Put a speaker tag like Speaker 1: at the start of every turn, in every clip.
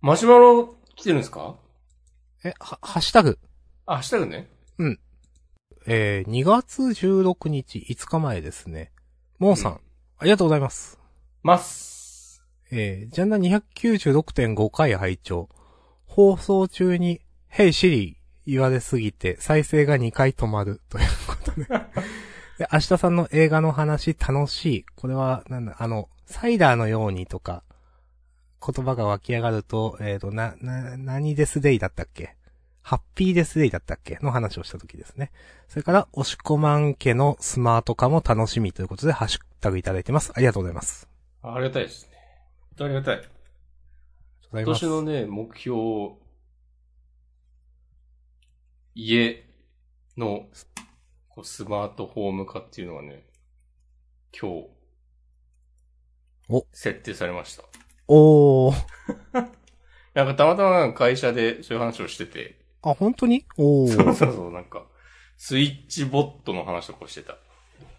Speaker 1: マシュマロ来てるんですか
Speaker 2: え、は、ハッシュタグ。
Speaker 1: あ、ハッシュタグね。
Speaker 2: えー、2月16日、5日前ですね。モーさん、
Speaker 1: う
Speaker 2: ありがとうございます。
Speaker 1: ます。
Speaker 2: えー、ジャンダ296.5回拝聴放送中に、ヘイシリ言われすぎて、再生が2回止まる、ということで。で、明日さんの映画の話楽しい。これは、なんだ、あの、サイダーのようにとか、言葉が湧き上がると、えっ、と、な、な、何デスデイだったっけハッピーデスデイだったっけの話をした時ですね。それから、押し込まん家のスマート化も楽しみということで、ハッシュタグいただいてます。ありがとうございます。
Speaker 1: ありがたいですね。本当ありがたい。
Speaker 2: あり
Speaker 1: 今
Speaker 2: がとうご
Speaker 1: 年
Speaker 2: ざいます
Speaker 1: のね、目標、家のこうスマートフォーム化っていうのがね、今日、
Speaker 2: お
Speaker 1: 設定されました。
Speaker 2: おー。
Speaker 1: なんかたまたま会社でそういう話をしてて、
Speaker 2: あ、本当にお
Speaker 1: そう
Speaker 2: ー。
Speaker 1: そうそう、なんか、スイッチボットの話とかをしてた。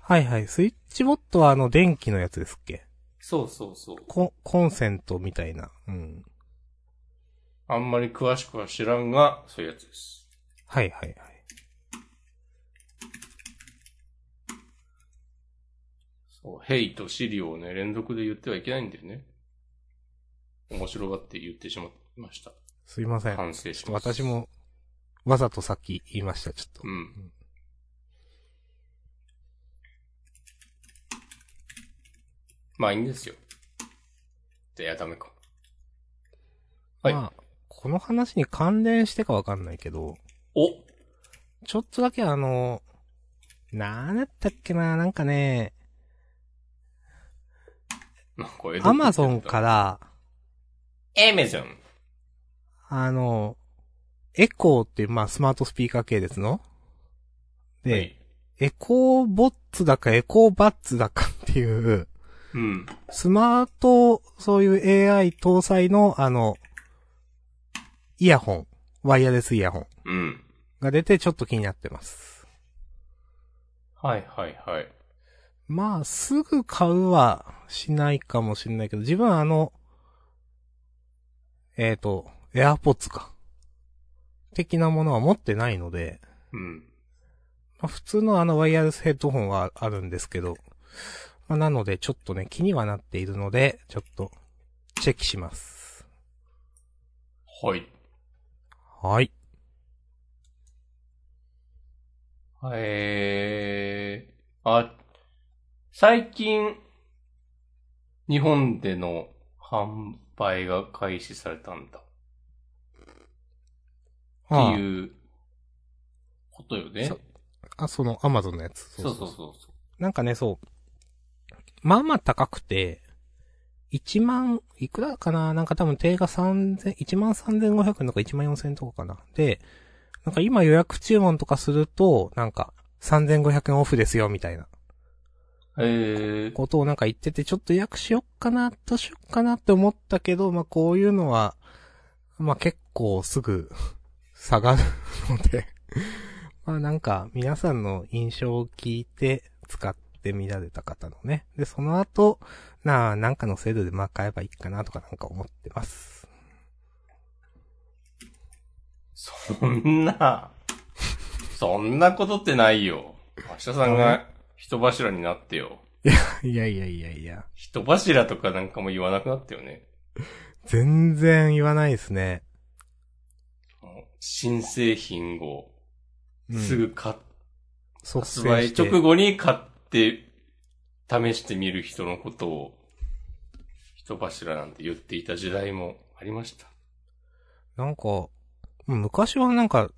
Speaker 2: はいはい。スイッチボットはあの、電気のやつですっけ
Speaker 1: そうそうそう。
Speaker 2: ココンセントみたいな。うん。
Speaker 1: あんまり詳しくは知らんが、そういうやつです。
Speaker 2: はいはいはい。
Speaker 1: そう、ヘイとシリをね、連続で言ってはいけないんだよね。面白がって言ってしまいました。
Speaker 2: すいません。
Speaker 1: 反省し
Speaker 2: ちょ
Speaker 1: ま
Speaker 2: っ
Speaker 1: す。
Speaker 2: と私。も、わざとさっき言いました、ちょっと。
Speaker 1: うん。まあいいんですよ。で、いや、ダメか。はい。
Speaker 2: まあ、この話に関連してかわかんないけど、
Speaker 1: お
Speaker 2: ちょっとだけあの、なんだったっけな、なんかね、
Speaker 1: なんか江戸。
Speaker 2: アマゾンからら、
Speaker 1: エメゾン。
Speaker 2: あの、エコーっていう、まあ、スマートスピーカー系列ので、
Speaker 1: はい
Speaker 2: エコーボッツだかエコーバッツだかっていう、
Speaker 1: うん。
Speaker 2: スマート、そういう AI 搭載の、あの、イヤホン、ワイヤレスイヤホン
Speaker 1: うん。
Speaker 2: が出てちょっと気になってます。
Speaker 1: はいはいはい。
Speaker 2: まあ、すぐ買うはしないかもしれないけど、自分はあの、えっ、ー、と、エアポッツか。的なものは持ってないので、
Speaker 1: うん。
Speaker 2: まあ普通のあのワイヤレスヘッドホンはあるんですけど、まあなのでちょっとね、気にはなっているので、ちょっと、チェックします。
Speaker 1: はい。
Speaker 2: はい。
Speaker 1: えー、あ、最近、日本での販売が開始されたんだ。って
Speaker 2: う。
Speaker 1: いう、ことよね。
Speaker 2: そあ、その、アマゾンのやつ。
Speaker 1: そうそうそうそう。
Speaker 2: なんかね、そう。まあまあ高くて、1万、いくらかななんか多分定価3000、1万3500円とか1万4000円とかかな。で、なんか今予約注文とかすると、なんか3500円オフですよ、みたいな
Speaker 1: えー、
Speaker 2: ことをなんか言ってて、ちょっと予約しよっかな、どうしよっかなって思ったけど、まあこういうのは、まあ結構すぐ 下がるので、 まあなんか皆さんの印象を聞いて使ってみられた方のね。で、その後、なあ、なんかの制度でまあ買えばいいかなとかなんか思ってます。
Speaker 1: そんな、そんなことってないよ。明日さんが人柱になってよ。
Speaker 2: いやいやいやいや、
Speaker 1: 人柱とかなんかも言わなくなったよね。
Speaker 2: 全然言わないですね。
Speaker 1: もう新製品を
Speaker 2: うん
Speaker 1: す、ぐ買っ
Speaker 2: 即
Speaker 1: 発
Speaker 2: 戦
Speaker 1: 売
Speaker 2: して
Speaker 1: 直後に買って、試してみる人のことを、人柱なんて言っていた時代もありました。
Speaker 2: なんか、昔はなんか、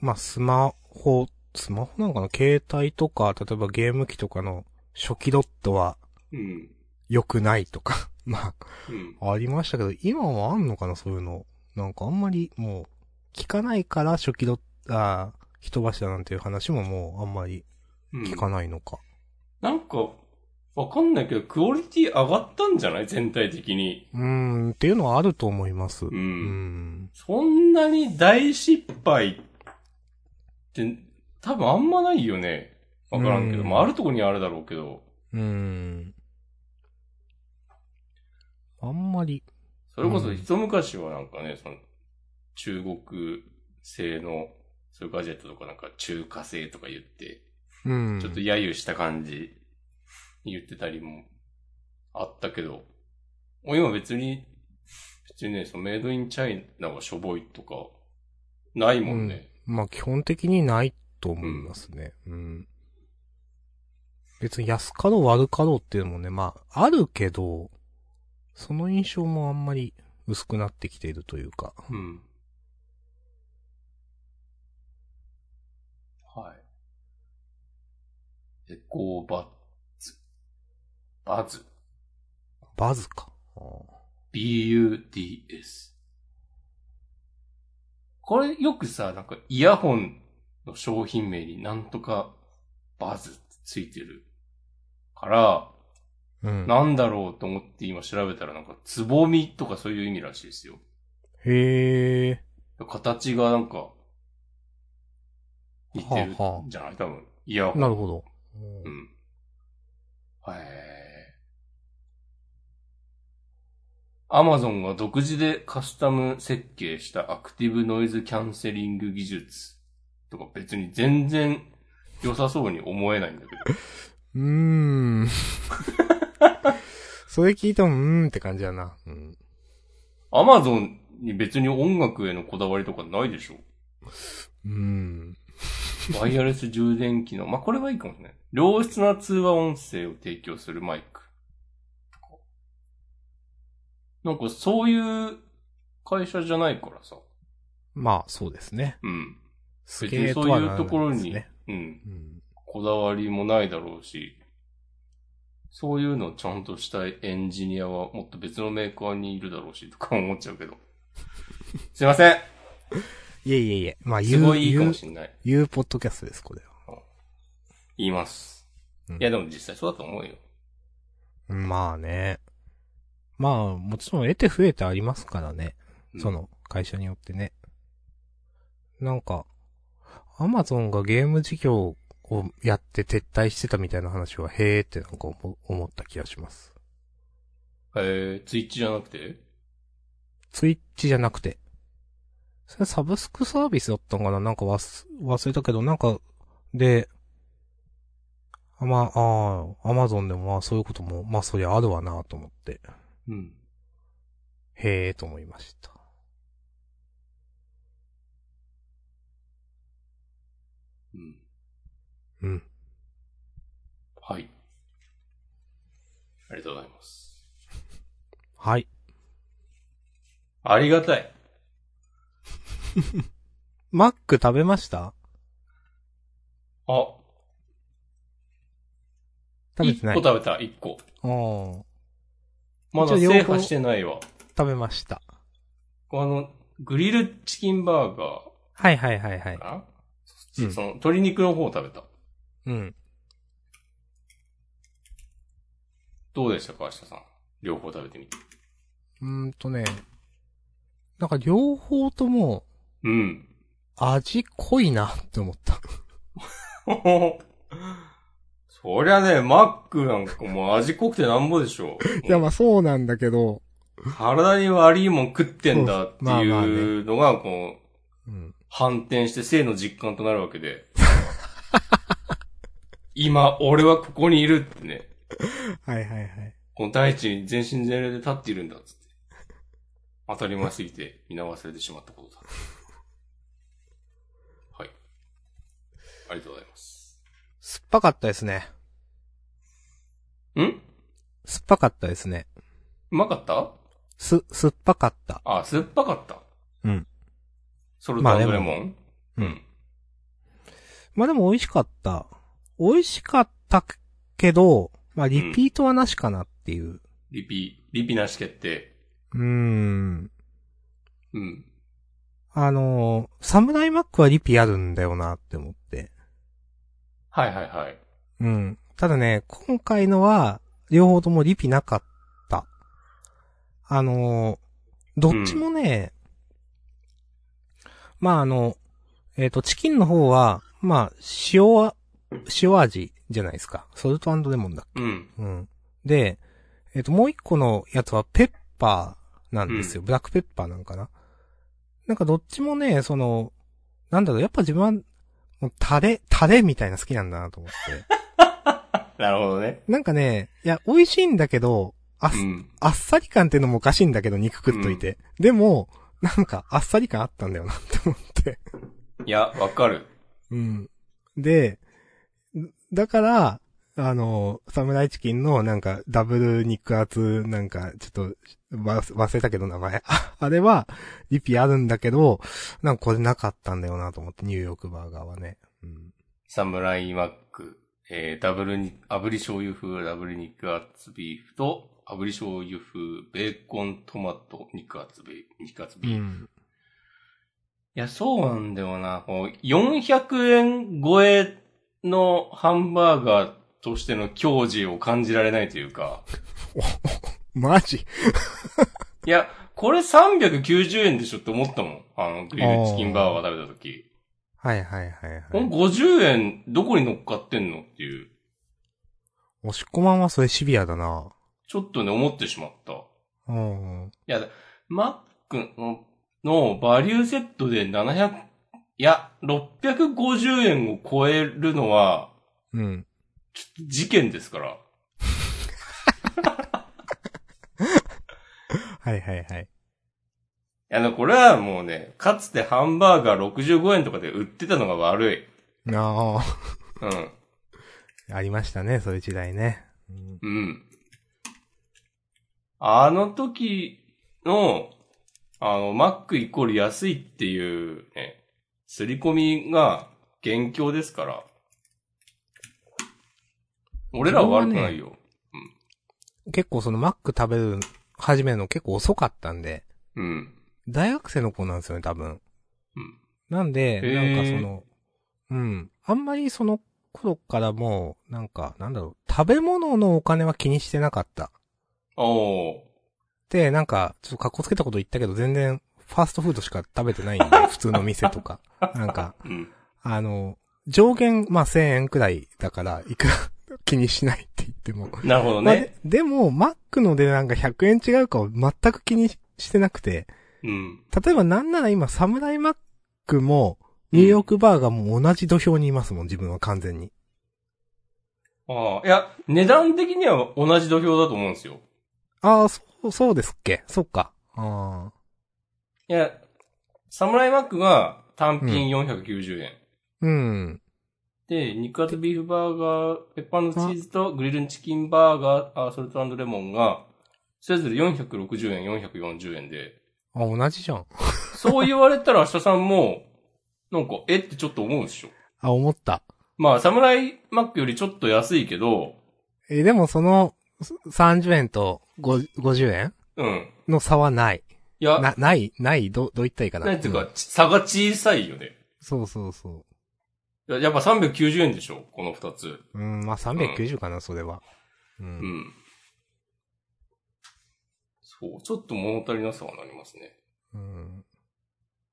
Speaker 2: まあ、スマホ、スマホなんかの携帯とか、例えばゲーム機とかの初期ドットは
Speaker 1: うん。
Speaker 2: 良くないとか、 ま
Speaker 1: うん。
Speaker 2: あ、ありましたけど、今はあんのかな、そういうの。なんかあんまりもう、聞かないから初期ドット、あー人柱なんていう話ももうあんまり
Speaker 1: うん
Speaker 2: 聞かないのか。
Speaker 1: なんか、わかんないけど、クオリティ上がったんじゃない全体的に。
Speaker 2: うーん、っていうのはあると思います。
Speaker 1: う
Speaker 2: うんん。
Speaker 1: そんなに大失敗って、多分あんまないよね。わからんけど。
Speaker 2: うん
Speaker 1: まあ、あるとこにはあるだろうけど。
Speaker 2: うーん。あんまり、
Speaker 1: それこそ
Speaker 2: うん
Speaker 1: 一昔はなんかね、その、中国製の、そういうガジェットとかなんか中華製とか言って、
Speaker 2: うん。
Speaker 1: ちょっと揶揄した感じ言ってたりもあったけど、もう今別に、別にね、そのメイドインチャイナがしょぼいとか、ないもんね。
Speaker 2: まあ基本的にないと思いますね。うん。別に安かろう悪かろうっていうのもね、まああるけど、その印象もあんまり薄くなってきているというか。
Speaker 1: うん。はい。エコーバッズ。バズ。
Speaker 2: バズか。
Speaker 1: BUDS。これよくさ、なんかイヤホンの商品名になんとかバズってついてるから、
Speaker 2: うん。
Speaker 1: なんだろうと思って今調べたらなんかつぼみとかそういう意味らしいですよ。
Speaker 2: へえ。
Speaker 1: 形がなんか似てるん
Speaker 2: はあはあ
Speaker 1: じゃない多分。イヤホン。
Speaker 2: なるほど。
Speaker 1: うん。へえ。アマゾンが独自でカスタム設計したアクティブノイズキャンセリング技術とか別に全然良さそうに思えないんだけど。
Speaker 2: うーん。それ聞いても、うーんって感じだな。うん。
Speaker 1: アマゾンに別に音楽へのこだわりとかないでしょ
Speaker 2: うーん。
Speaker 1: ワイヤレス充電機能。まあ、これはいいかもね。良質な通話音声を提供するマイク。なんかそういう会社じゃないからさ。
Speaker 2: まあ、そうですね。
Speaker 1: うん。
Speaker 2: す
Speaker 1: 別
Speaker 2: げ
Speaker 1: に
Speaker 2: えと
Speaker 1: そ
Speaker 2: は
Speaker 1: うい
Speaker 2: ならな
Speaker 1: う
Speaker 2: い
Speaker 1: ところ
Speaker 2: です
Speaker 1: に、
Speaker 2: ね。
Speaker 1: うん、
Speaker 2: うん。
Speaker 1: こだわりもないだろうし、そういうのをちゃんとしたいエンジニアはもっと別のメーカーにいるだろうし、とか思っちゃうけ ど。すいません
Speaker 2: いえいえいえ。まあ、
Speaker 1: す
Speaker 2: 言
Speaker 1: ご
Speaker 2: う、
Speaker 1: いいいか
Speaker 2: 言
Speaker 1: も
Speaker 2: う、
Speaker 1: しんない。
Speaker 2: 言うポッドキャストです、これは。
Speaker 1: 言います。
Speaker 2: うん
Speaker 1: いやでも実際そうだと思うよ。
Speaker 2: うんまあね。まあ、もちろん得て増えてありますからね。
Speaker 1: うん
Speaker 2: そ。の、会社によってね。なんか、アマゾンがゲーム事業をやって撤退してたみたいな話は、へーってなんか思思った気がします。
Speaker 1: えー、ツイッチじゃなくて
Speaker 2: ツイッチじゃなくて。それサブスクサービスだったんかななんか忘、忘れたけど、なんか、で、あまあ、ああ、アマゾンでもまあそういうことも、まあそりゃあるわなと思って、
Speaker 1: うん。
Speaker 2: へえと思いました。
Speaker 1: うん。
Speaker 2: うん。
Speaker 1: はい。ありがとうございます。
Speaker 2: はい。
Speaker 1: ありがたい。
Speaker 2: マック食べました
Speaker 1: あ、
Speaker 2: 食べてない。
Speaker 1: 一個食べた、一個。
Speaker 2: うん。
Speaker 1: まだ
Speaker 2: 一応
Speaker 1: 制
Speaker 2: 両方
Speaker 1: 覇してないわ。
Speaker 2: 食べました。
Speaker 1: あの、グリルチキンバーガ
Speaker 2: はいはいはいは
Speaker 1: ー
Speaker 2: い
Speaker 1: か。な、
Speaker 2: うん
Speaker 1: その、鶏肉の方を食べた。
Speaker 2: うん。
Speaker 1: どうでしたか、明日さん。両方食べてみて。
Speaker 2: うーんとね、なんか両方とも
Speaker 1: うん。
Speaker 2: 味濃いなって思った。
Speaker 1: ほほほそりゃね、マックなんかもう味濃くてなんぼでしょう。
Speaker 2: いやまあそうなんだけど、
Speaker 1: 体に悪いもん食ってんだって
Speaker 2: まあまあ
Speaker 1: い
Speaker 2: ね
Speaker 1: うのが、こう、
Speaker 2: うん。
Speaker 1: 反転して性の実感となるわけで。 今、俺はここにいるってね。
Speaker 2: はいはいはい。
Speaker 1: この大地に全身全霊で立っているんだっつって。当たり前すぎて皆忘れてしまったことだ。はい。ありがとうございます。
Speaker 2: 酸っぱかったですね。
Speaker 1: んう
Speaker 2: 酸っぱかったですね。
Speaker 1: まかった
Speaker 2: す、酸っぱかった。
Speaker 1: あ、酸っぱかった。
Speaker 2: うん。
Speaker 1: ソル
Speaker 2: まあ
Speaker 1: ト
Speaker 2: で
Speaker 1: レ
Speaker 2: も
Speaker 1: モン、
Speaker 2: うん。まあでも美味しかった。美味しかったけど、まあリピートはなしかなっていう。
Speaker 1: リピ、リピなし決定。
Speaker 2: うーん。
Speaker 1: うん。
Speaker 2: あのー、サムライマックはリピあるんだよなって思って。
Speaker 1: はいはいはい。
Speaker 2: うん。ただね、今回のは、両方ともリピなかった。あのー、どっちもね、まああの、えっ、と、チキンの方は、まあ、塩は、塩味じゃないですか。ソルトレモンだ。
Speaker 1: うん。
Speaker 2: うん。で、えっ、と、もう一個のやつはペッパーなんですよ。ブラックペッパーなんかな。なんかどっちもね、その、なんだろう、やっぱ自分は、もうタレ、タレみたいな好きなんだなと思って。
Speaker 1: なるほどね。
Speaker 2: なんかね、いや、美味しいんだけど、あっ
Speaker 1: うん。
Speaker 2: あっさり感っていうのもおかしいんだけど、肉食っといて。でも、なんか、あっさり感あったんだよなって思って。
Speaker 1: いや、わかる。
Speaker 2: うん。で、だから、あの、サムライチキンのなんか、ダブル肉厚、なんか、ちょっと、わ忘れたけど名前。 ああれは、リピあるんだけど、なんかこれなかったんだよなと思って、ニューヨークバーガーはね。うん。
Speaker 1: サムライマック、えー、ダブルに、炙り醤油風ダブル肉厚ビーフと、炙り醤油風ベーコントマト肉厚ビーフ、肉厚ビーフ。いや、そうなんだよな。こう400円超えのハンバーガーとしての矜持を感じられないというか。
Speaker 2: マジ
Speaker 1: いや、これ390円でしょって思ったもん。あの、グリルチキンバーガー食べた時。
Speaker 2: はいはいはいはい。
Speaker 1: この50円、どこに乗っかってんのっていう。
Speaker 2: 押し込まんはそれシビアだな。
Speaker 1: ちょっとね、思ってしまった。
Speaker 2: うん。
Speaker 1: いや、マックののバリューセットで700、いや、650円を超えるのは、
Speaker 2: うん。
Speaker 1: 事件ですから。
Speaker 2: はいはいはい。
Speaker 1: いや、でもこれはもうね、かつてハンバーガー65円とかで売ってたのが悪い。
Speaker 2: ああ。
Speaker 1: うん。
Speaker 2: ありましたね、そういう時代ね。うん
Speaker 1: うん。あの時の、あの、マックイコール安いっていうね、刷り込みが元凶ですから。俺らは悪くないよ。
Speaker 2: 結構そのマック食べる、始めるの結構遅かったんで、
Speaker 1: うん。
Speaker 2: 大学生の子なんですよね、多分。
Speaker 1: うん
Speaker 2: なんで、
Speaker 1: へー
Speaker 2: なんかその、うん。あんまりその頃からもう、なんか、なんだろう、食べ物のお金は気にしてなかった。
Speaker 1: おー。
Speaker 2: で、なんか、ちょっと格好つけたこと言ったけど、全然、ファーストフードしか食べてないんで、 普通の店とか。なんか、
Speaker 1: うん。
Speaker 2: あの、上限、まあ、1000円くらいだから、いくら 気にしないって言っても。
Speaker 1: なるほど
Speaker 2: まあで
Speaker 1: ね。
Speaker 2: でも、マックの値段が100円違うかを全く気にししてなくて、
Speaker 1: うん。
Speaker 2: 例えばなんなら今、サムライマックも、ニューヨークバーガーも同じ土俵にいますもん、自分は完全に。
Speaker 1: ああ。いや、値段的には同じ土俵だと思うんですよ。
Speaker 2: ああ、そう、そうですっけそっか。ああ。
Speaker 1: いや、サムライマックが単品490円。
Speaker 2: うん。
Speaker 1: で、肉厚ビーフバーガー、ペッパーのチーズとグリルチキンバーガー、あソルトレモンが、それぞれ460円、440円で、
Speaker 2: あ、同じじゃん。
Speaker 1: そう言われたら明日さんも、なんか、えってちょっと思うでしょ。
Speaker 2: あ、思った。
Speaker 1: まあ、サムライマックよりちょっと安いけど、
Speaker 2: え、でもその、す30円と50 50円
Speaker 1: うん。
Speaker 2: の差はない。
Speaker 1: いや、
Speaker 2: な、ない、ない、ど、どう言ったらいいかな。
Speaker 1: なんていう
Speaker 2: う
Speaker 1: か
Speaker 2: ん、
Speaker 1: ち差が小さいよね。
Speaker 2: そうそうそう。
Speaker 1: ややっぱ390円でしょこの二つ。
Speaker 2: うん、まあ390かな、それは。う。
Speaker 1: うんん。そう、ちょっと物足りなさはなりますね。
Speaker 2: うん。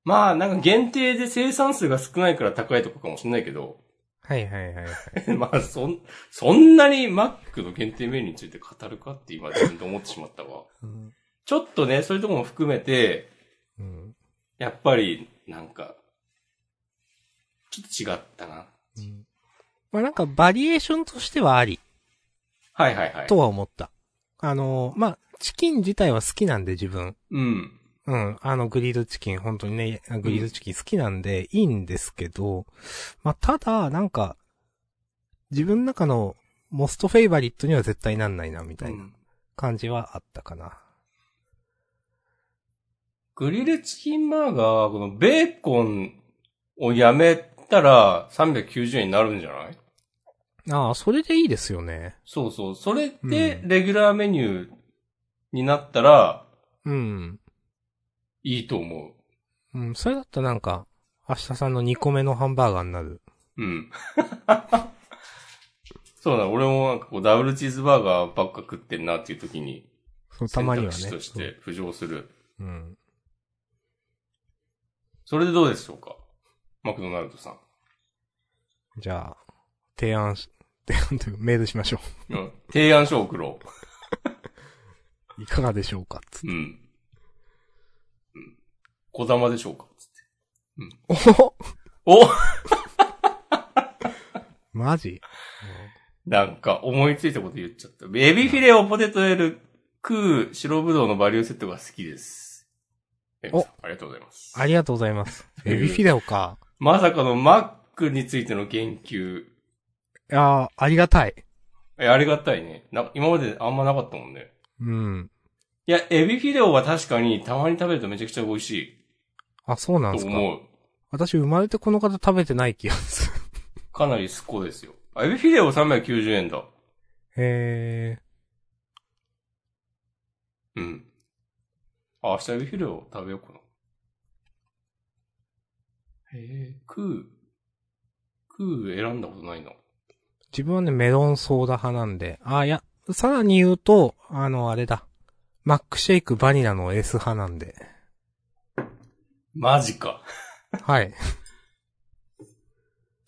Speaker 1: まあ、なんか限定で生産数が少ないから高いとかかもしれないけど、
Speaker 2: はいはいはい。
Speaker 1: まあ、そん、そんなに Mac の限定メニューについて語るかって今自分で思ってしまったわ。
Speaker 2: うん。
Speaker 1: ちょっとね、そういうとこも含めて、
Speaker 2: うん。
Speaker 1: やっぱり、なんか、ちょっと違ったな。
Speaker 2: うんまあなんかバリエーションとしてはあり、
Speaker 1: はいはいはい。
Speaker 2: とは思った。あのー、まあ、チキン自体は好きなんで自分。
Speaker 1: うん。
Speaker 2: うん。あの、グリルチキン、本当にね、グリルチキン好きなんで、いいんですけど、まあ、ただ、なんか、自分の中のモストフェイバリットには絶対なんないな、みたいな感じはあったかな。
Speaker 1: グリルチキンバーガー、このベーコンをやめたら390円になるんじゃない
Speaker 2: ああ、それでいいですよね。
Speaker 1: そうそう。それで
Speaker 2: うん
Speaker 1: レギュラーメニューになったら
Speaker 2: うん。
Speaker 1: いいと思
Speaker 2: うん、それだったらなんか、明日さんの2個目のハンバーガーになる。
Speaker 1: う。うん。 そうだ、俺もなんかこうダブルチーズバーガーばっか食ってんなっていう時に、
Speaker 2: そうた
Speaker 1: 選
Speaker 2: まにはね。
Speaker 1: 択肢として浮上する。
Speaker 2: うん。
Speaker 1: それでどうでしょうかマクドナルドさん。
Speaker 2: じゃあ、提案し、 提案というかメールしましょ
Speaker 1: うん提案書を送ろ
Speaker 2: う。いかがでしょうかつ
Speaker 1: う。うん。小玉でしょうかつって
Speaker 2: お
Speaker 1: お
Speaker 2: マジ
Speaker 1: なんか思いついたこと言っちゃった。エビフィレオポテトエルクー白ぶどうのバリューセットが好きです。エミさんありがとうございます。
Speaker 2: ありがとうござ います。エビフィレオか。
Speaker 1: まさかのマックについての言及。
Speaker 2: いやー、ありがたい。
Speaker 1: え、ありがたいね。な、今まであんまなかったもんね。
Speaker 2: うん。
Speaker 1: いや、エビフィレオは確かにたまに食べるとめちゃくちゃ美味しい
Speaker 2: あ、そうなんで
Speaker 1: と
Speaker 2: すか。
Speaker 1: 思う。
Speaker 2: 私生まれてこの方食べてない気がする。
Speaker 1: かなりスコですよ。あエビフィレオ390円だ。
Speaker 2: へ
Speaker 1: うん。あ、明日エビフィレオ食べようかな。へえ、クー。クー選んだことないな。
Speaker 2: ー。自分はね、メロンソーダ派なんで。あ、いや、さらに言うと、あの、あれだ。マックシェイクバニラの S 派なん で。
Speaker 1: マジか。
Speaker 2: はい。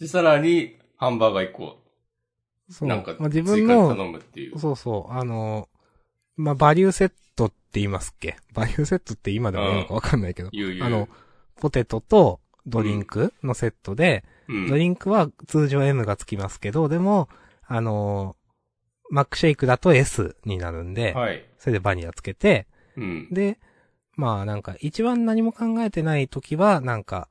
Speaker 1: で、さらに、ハンバーガー1個、
Speaker 2: そう
Speaker 1: なんか、
Speaker 2: まあ、自
Speaker 1: 追加で
Speaker 2: 分
Speaker 1: 頼
Speaker 2: の、
Speaker 1: むっていう。
Speaker 2: そうそう、あの、まあ、バリューセットって言いますっけバリューセットって今でもいいのかわかんないけど。
Speaker 1: 言う言う。
Speaker 2: あの、、ポテトとドリンクのセットで、
Speaker 1: うん
Speaker 2: ド。リンクは通常 M がつきますけど、でも、あのーマックシェイクだと S になるんで、
Speaker 1: はい。
Speaker 2: それでバニラつけて、
Speaker 1: うん。
Speaker 2: で、まあなんか一番何も考えてない時は、なんか、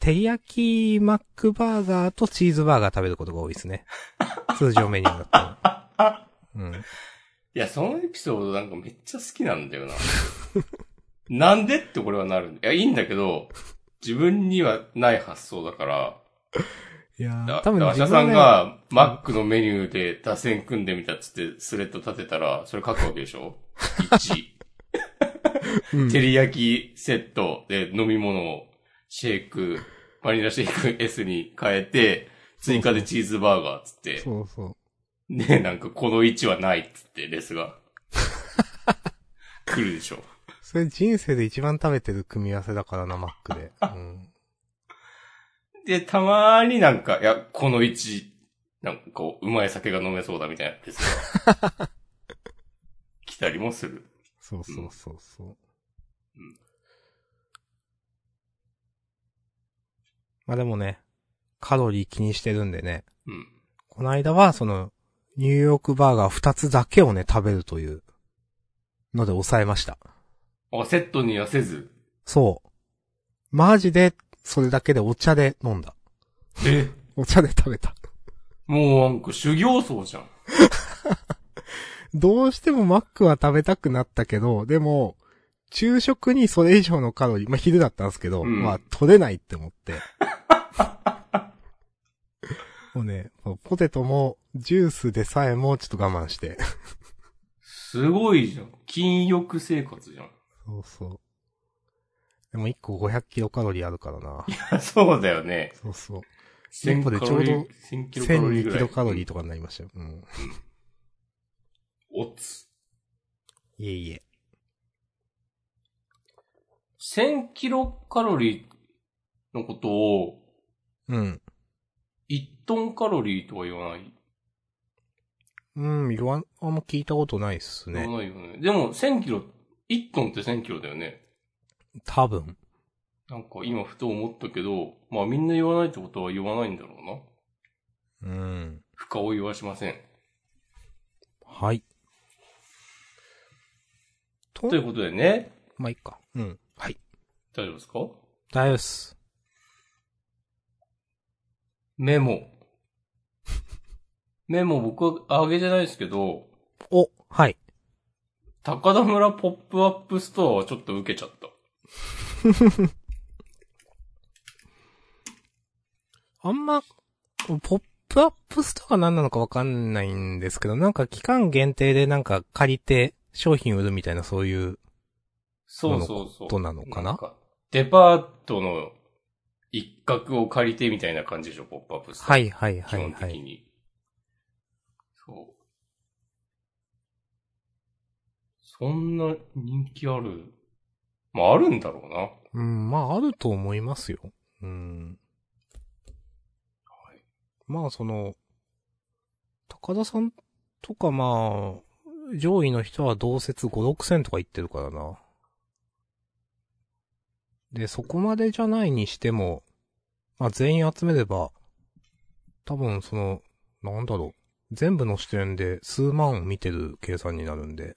Speaker 2: 照り焼きマックバーガーとチーズバーガー食べることが多いで すね。通常メニューだと。うん。
Speaker 1: いや、そのエピソードなんかめっちゃ好きなん だよな。なんでってこれはなるんだ。いや、いいんだけど、自分にはない発想だから、
Speaker 2: いやー
Speaker 1: だ
Speaker 2: 多分
Speaker 1: だから
Speaker 2: 自
Speaker 1: 明日さ
Speaker 2: 分
Speaker 1: ん
Speaker 2: ね
Speaker 1: がマックのメニューで打線組んでみたっつってスレッド立てたら、それ書くわけでしょ ?1、
Speaker 2: うん
Speaker 1: 照り焼きセットで飲み物をシェイク、バニラシェイク S に変えて、追加でチーズバーガーっつって、
Speaker 2: そうそう。
Speaker 1: で、なんかこの位置はないっつって、レスが。来るでしょ。
Speaker 2: それ人生で一番食べてる組み合わせだからな、マックで。うん。
Speaker 1: で、たまーになんか、いや、この位置、なんかこう、うまい酒が飲めそうだみたいなやつが来たりもする。
Speaker 2: そうそうそうそう。
Speaker 1: うん
Speaker 2: まあでもね、カロリー気にしてるんでね。
Speaker 1: うん。
Speaker 2: この間は、その、ニューヨークバーガー二つだけをね、食べるという、ので抑えました。
Speaker 1: あ、セットにはせず。
Speaker 2: そう。マジで、それだけでお茶で飲んだ。
Speaker 1: え
Speaker 2: お茶で食べた。
Speaker 1: もうなんか修行僧じゃん。
Speaker 2: どうしてもマックは食べたくなったけど、でも、昼食にそれ以上のカロリー、まあ昼だったんですけど、
Speaker 1: うん
Speaker 2: まあ取れないって思 って。もうね、ポテトもジュースでさえもちょっと我慢して。
Speaker 1: すごいじゃん。禁欲生活じゃん。
Speaker 2: そうそう。でも1個500キロカロリーあるから な。
Speaker 1: そうだよね。
Speaker 2: そうそう。
Speaker 1: 1000
Speaker 2: これ
Speaker 1: カロリ
Speaker 2: ちょ
Speaker 1: ー
Speaker 2: うど
Speaker 1: 1000キロカロリー
Speaker 2: 1002
Speaker 1: ぐら
Speaker 2: キ
Speaker 1: い。
Speaker 2: ロカロリーとかになりましたよ。うん。
Speaker 1: おつ。
Speaker 2: いえいえ。
Speaker 1: 1000キロカロリーのことを、
Speaker 2: うん。
Speaker 1: 1トンカロリーとは言わない。
Speaker 2: うん、言わん、あんま聞いたことないっす
Speaker 1: 言
Speaker 2: ね。
Speaker 1: わないよね。でも、1000キロ、1トンって1000キロだよね。
Speaker 2: 多分。
Speaker 1: なんか今ふと思ったけど、まあみんな言わないってことは言わないんだろうな。
Speaker 2: うん。
Speaker 1: 深追いはしません。
Speaker 2: はい。と
Speaker 1: ということでね、
Speaker 2: まあ、いっか。うん。はい。
Speaker 1: 大丈夫ですか
Speaker 2: 大丈夫っす。
Speaker 1: メモ。 メモ僕はあげてないですけど、
Speaker 2: お、はい。
Speaker 1: 高田村ポップアップストアはちょっと受けちゃった。
Speaker 2: あんま、ポップアップストアが何なのかわかんないんですけど、なんか期間限定でなんか借りて商品売るみたいなそういう、
Speaker 1: そうそうそう。
Speaker 2: ことなのかなん
Speaker 1: デパートの一角を借りてみたいな感じでしょ、ポップアップストア。
Speaker 2: はいはい
Speaker 1: 基
Speaker 2: はい
Speaker 1: 本
Speaker 2: は
Speaker 1: 的
Speaker 2: い。
Speaker 1: に。そう。そんな人気あるまああるんだろうな。
Speaker 2: うん、まああると思いますよ。うん。まあその、高田さんとかまあ、上位の人は同説5、6000とか言ってるからな。で、そこまでじゃないにしても、まあ、全員集めれば、多分その、なんだろう。全部の視点で数万見てる計算になるんで。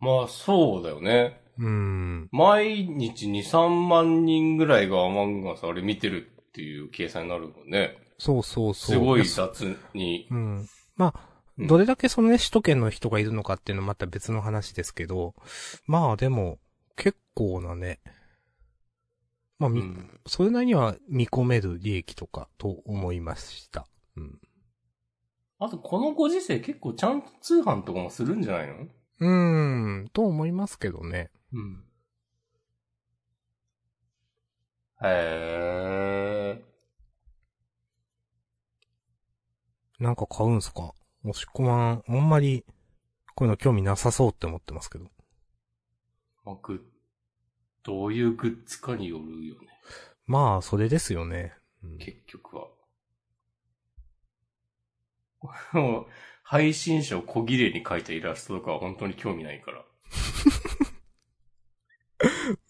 Speaker 1: まあ、そうだよね。
Speaker 2: うーん。
Speaker 1: 毎日2、3万人ぐらいがアマングアスあれ見てるっていう計算になるもんね。
Speaker 2: そうそうそう。
Speaker 1: すごい
Speaker 2: やそ
Speaker 1: 雑に。
Speaker 2: うん。まあ、
Speaker 1: うん
Speaker 2: どれだけそのね、首都圏の人がいるのかっていうのはまた別の話ですけど、まあでも、結構なね、まあ、
Speaker 1: う
Speaker 2: み
Speaker 1: ん。
Speaker 2: それなりには見込める利益とかと思いました。うん。
Speaker 1: あと、このご時世結構ちゃんと通販とかもするんじゃないの
Speaker 2: うーん、と思いますけどね。
Speaker 1: うん。へえ。
Speaker 2: なんか買うんすか押し込まん、あんまり、こういうの興味なさそうって思ってますけど。
Speaker 1: まあ、グッどういうグッズかによるよね。
Speaker 2: まあ、それですよね。うん
Speaker 1: 結局は。 もう、配信者を小切れに描いたイラストとかは本当に興味ないから。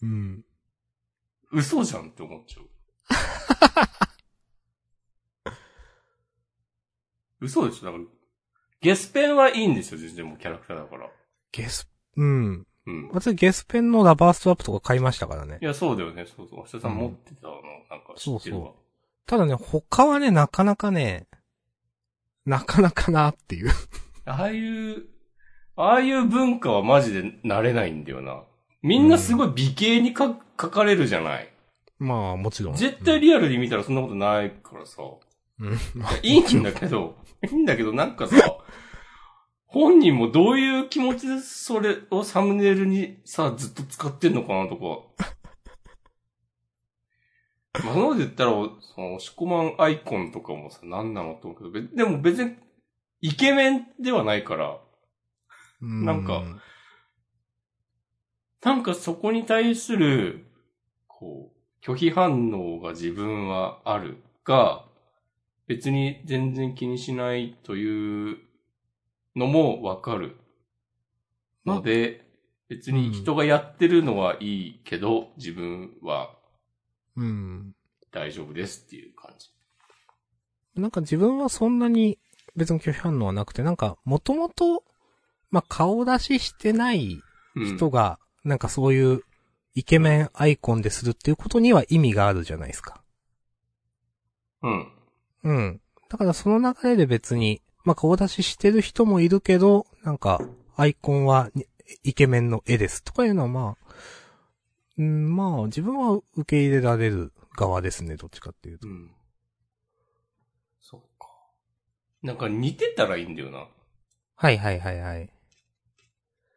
Speaker 2: うん。
Speaker 1: 嘘じゃんって思っ ちゃう。嘘でしょだから、ゲスペンはいいんですよ、全然もうキャラクターだから。
Speaker 2: ゲス、うん。
Speaker 1: うん。
Speaker 2: 私、ゲスペンのラバーストラップとか買いましたからね
Speaker 1: い。や、そうだよね、そうそう。明日さん
Speaker 2: うん
Speaker 1: 持ってたの、なんか知ってるわ。
Speaker 2: ただね、他はね、なかなかね、なかなかなっていう。
Speaker 1: ああいう、ああいう文化はマジで慣れないんだよな。みんなすごい美形にか書かれるじゃない。
Speaker 2: まあ、もちろん。
Speaker 1: 絶対リアルで見たらそんなことないからさ。
Speaker 2: うん。
Speaker 1: いいんだけど、いいんだけどなんかさ、本人もどういう気持ちでそれをサムネイルにさ、ずっと使ってんのかなとか。まあ、そんなこと言ったら、その、押し込まんアイコンとかもさ、何なのと思うけど、べでも別に、イケメンではないから、
Speaker 2: う
Speaker 1: なんかなんかそこに対する、こう、拒否反応が自分はあるが、別に全然気にしないというのもわかる。ので、別に人がやってるのはいいけど、自分は
Speaker 2: うん。
Speaker 1: 大丈夫ですっていう感じ。
Speaker 2: なんか自分はそんなに別に拒否反応はなくて、なんか、もともと、まあ、顔出ししてない
Speaker 1: うん、
Speaker 2: 人が、なんかそういう、イケメンアイコンでするっていうことには意味があるじゃないですか。
Speaker 1: うん。
Speaker 2: うん。だからその流れで別に、まあ、顔出ししてる人もいるけど、なんか、アイコンはにイケメンの絵ですとかいうのはまあ、うん、まあ、自分は受け入れられる側ですね、どっちかっていうと。
Speaker 1: うん。そっか。なんか似てたらいいんだよな。
Speaker 2: はいはいはいはい。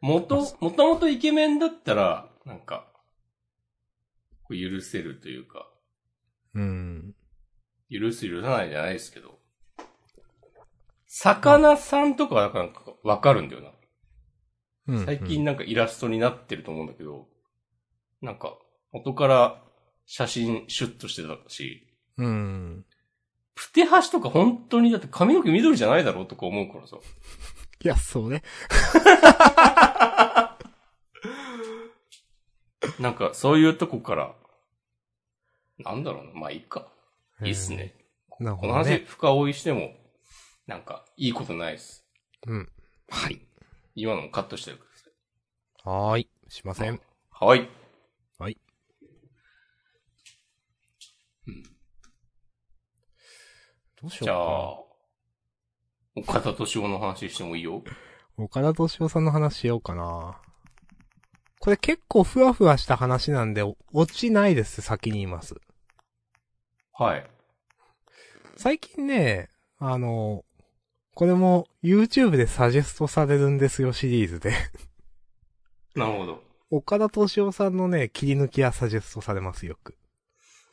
Speaker 1: 元、もともとイケメンだったら、なんか、こう許せるというか、
Speaker 2: うん。
Speaker 1: 許す許さないじゃないですけど、魚さんとかはなんかわかるんだよ
Speaker 2: うんうん
Speaker 1: な。最近なんかイラストになってると思うんだけど、なんか、元から写真シュッとしてたし、
Speaker 2: うん。
Speaker 1: プテハシとか本当にだって髪の毛緑じゃないだろうとか思うからさ。
Speaker 2: いや、そうね。
Speaker 1: なんかそういうとこから、なんだろうな、まあいいか。いいっすね。
Speaker 2: うん。なる
Speaker 1: こ
Speaker 2: ほ
Speaker 1: の
Speaker 2: ど
Speaker 1: 話
Speaker 2: ね。
Speaker 1: 深追いしても、なんか、いいことないです。
Speaker 2: うん。
Speaker 1: はい。今のもカットしてくだ
Speaker 2: はーい。しません。
Speaker 1: さい。はい。
Speaker 2: はい。
Speaker 1: うん
Speaker 2: どうしよう
Speaker 1: じゃ
Speaker 2: か
Speaker 1: あ
Speaker 2: な。、
Speaker 1: 岡田敏夫の話してもいいよ。
Speaker 2: 岡田敏夫さんの話しようかな。これ結構ふわふわした話なんで、お落ちないです、先に言います。
Speaker 1: はい。
Speaker 2: 最近ね、あの、これも YouTube でサジェストされるんですよシリーズで、
Speaker 1: なるほど。
Speaker 2: 岡田敏夫さんのね、切り抜きはサジェストされますよく。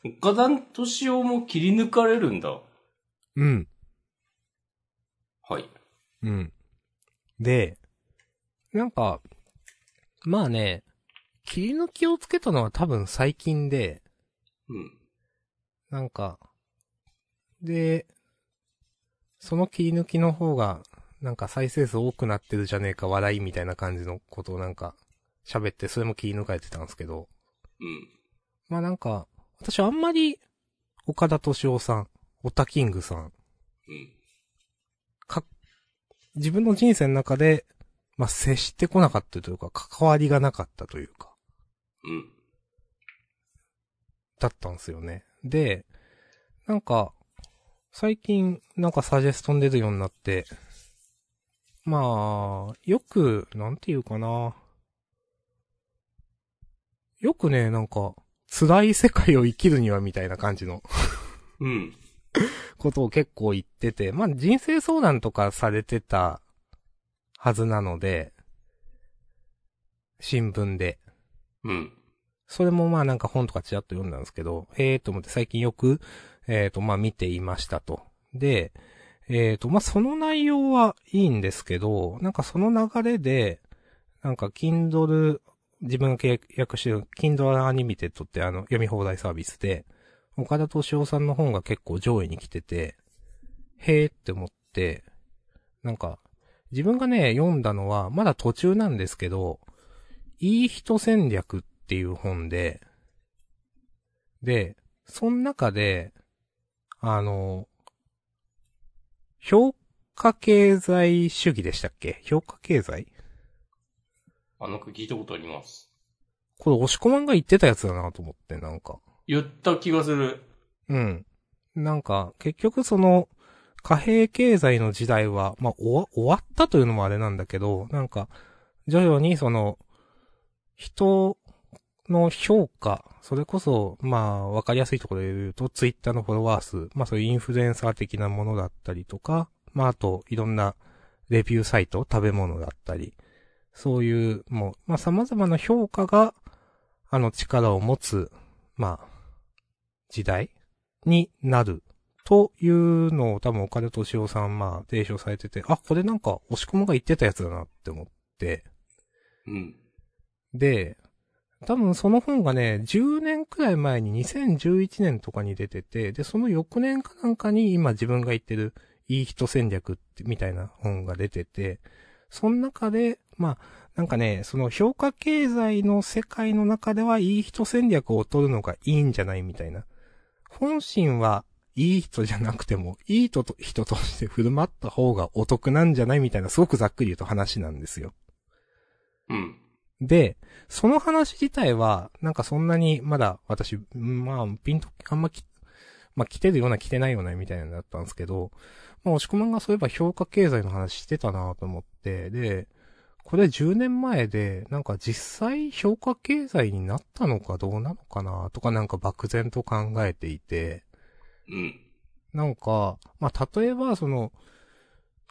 Speaker 1: 岡田敏夫も切り抜かれるんだ。
Speaker 2: うん。
Speaker 1: はい。
Speaker 2: うん。で、なんか、まあね、切り抜きをつけたのは多分最近で、
Speaker 1: うん。
Speaker 2: なんか、で、その切り抜きの方が、なんか再生数多くなってるじゃねえか笑いみたいな感じのことをなんか、喋って、それも切り抜かれてたんですけど、
Speaker 1: うん。
Speaker 2: まあなんか、私あんまり、岡田敏夫さん、オタキングさん、
Speaker 1: うん。
Speaker 2: 自分の人生の中で、まあ接してこなかったというか、関わりがなかったというか、
Speaker 1: うん。
Speaker 2: だったんですよね。で、なんか、最近、なんかサジェストに出るようになって、まあ、よく、なんていうかな。よくね、なんか、辛い世界を生きるにはみたいな感じの
Speaker 1: うん。
Speaker 2: ことを結構言ってて、まあ人生相談とかされてたはずなので、新聞で。
Speaker 1: うん。
Speaker 2: それもまあなんか本とかちらっと読んだんですけど、ええー、と思って最近よく、えー、とまあ見ていましたと。で、えー、とまあその内容はいいんですけど、なんかその流れで、なんか Kindle、自分が契約してる Kindle Unlimited ってあの読み放題サービスで、岡田敏夫さんの本が結構上位に来てて、へーって思って、なんか、自分がね、読んだのは、まだ途中なんですけど、いい人戦略っていう本で、で、その中で、あの、評価経済主義でしたっけ評価経済
Speaker 1: あ、なんか聞いたことあります。
Speaker 2: これ押し込まんが言ってたやつだなと思って、なんか。
Speaker 1: 言った気がする。
Speaker 2: うん。なんか、結局その、貨幣経済の時代は、まあ、終わ終わったというのもあれなんだけど、なんか、徐々にその、人の評価、それこそ、まあ、わかりやすいところで言うと、ツイッターのフォロワー数、まあそういうインフルエンサー的なものだったりとか、まああと、いろんなレビューサイト、食べ物だったり、そういう、もう、まあ様々な評価が、あの力を持つ、まあ、時代になる。というのを多分岡田敏夫さんまあ提唱されてて、あ、これなんか押し込むが言ってたやつだなって思って。
Speaker 1: うん。
Speaker 2: で、多分その本がね、10年くらい前に2011年とかに出てて、で、その翌年かなんかに今自分が言ってるいい人戦略ってみたいな本が出てて、その中で、まあ、なんかね、その評価経済の世界の中ではいい人戦略を取るのがいいんじゃないみたいな。本心はいい人じゃなくても、いい人と人として振る舞った方がお得なんじゃないみたいな、すごくざっくり言うと話なんですよ。
Speaker 1: うん。
Speaker 2: で、その話自体は、なんかそんなにまだ私、まあ、ピンと、あんまき、まあ来てるような来てないようなみたいなのだったんですけど、まあ押し込まんがそういえば評価経済の話してたなと思って、で、これ10年前で、なんか実際評価経済になったのかどうなのかなとかなんか漠然と考えていて、
Speaker 1: うん。
Speaker 2: なんか、まあ、例えば、その、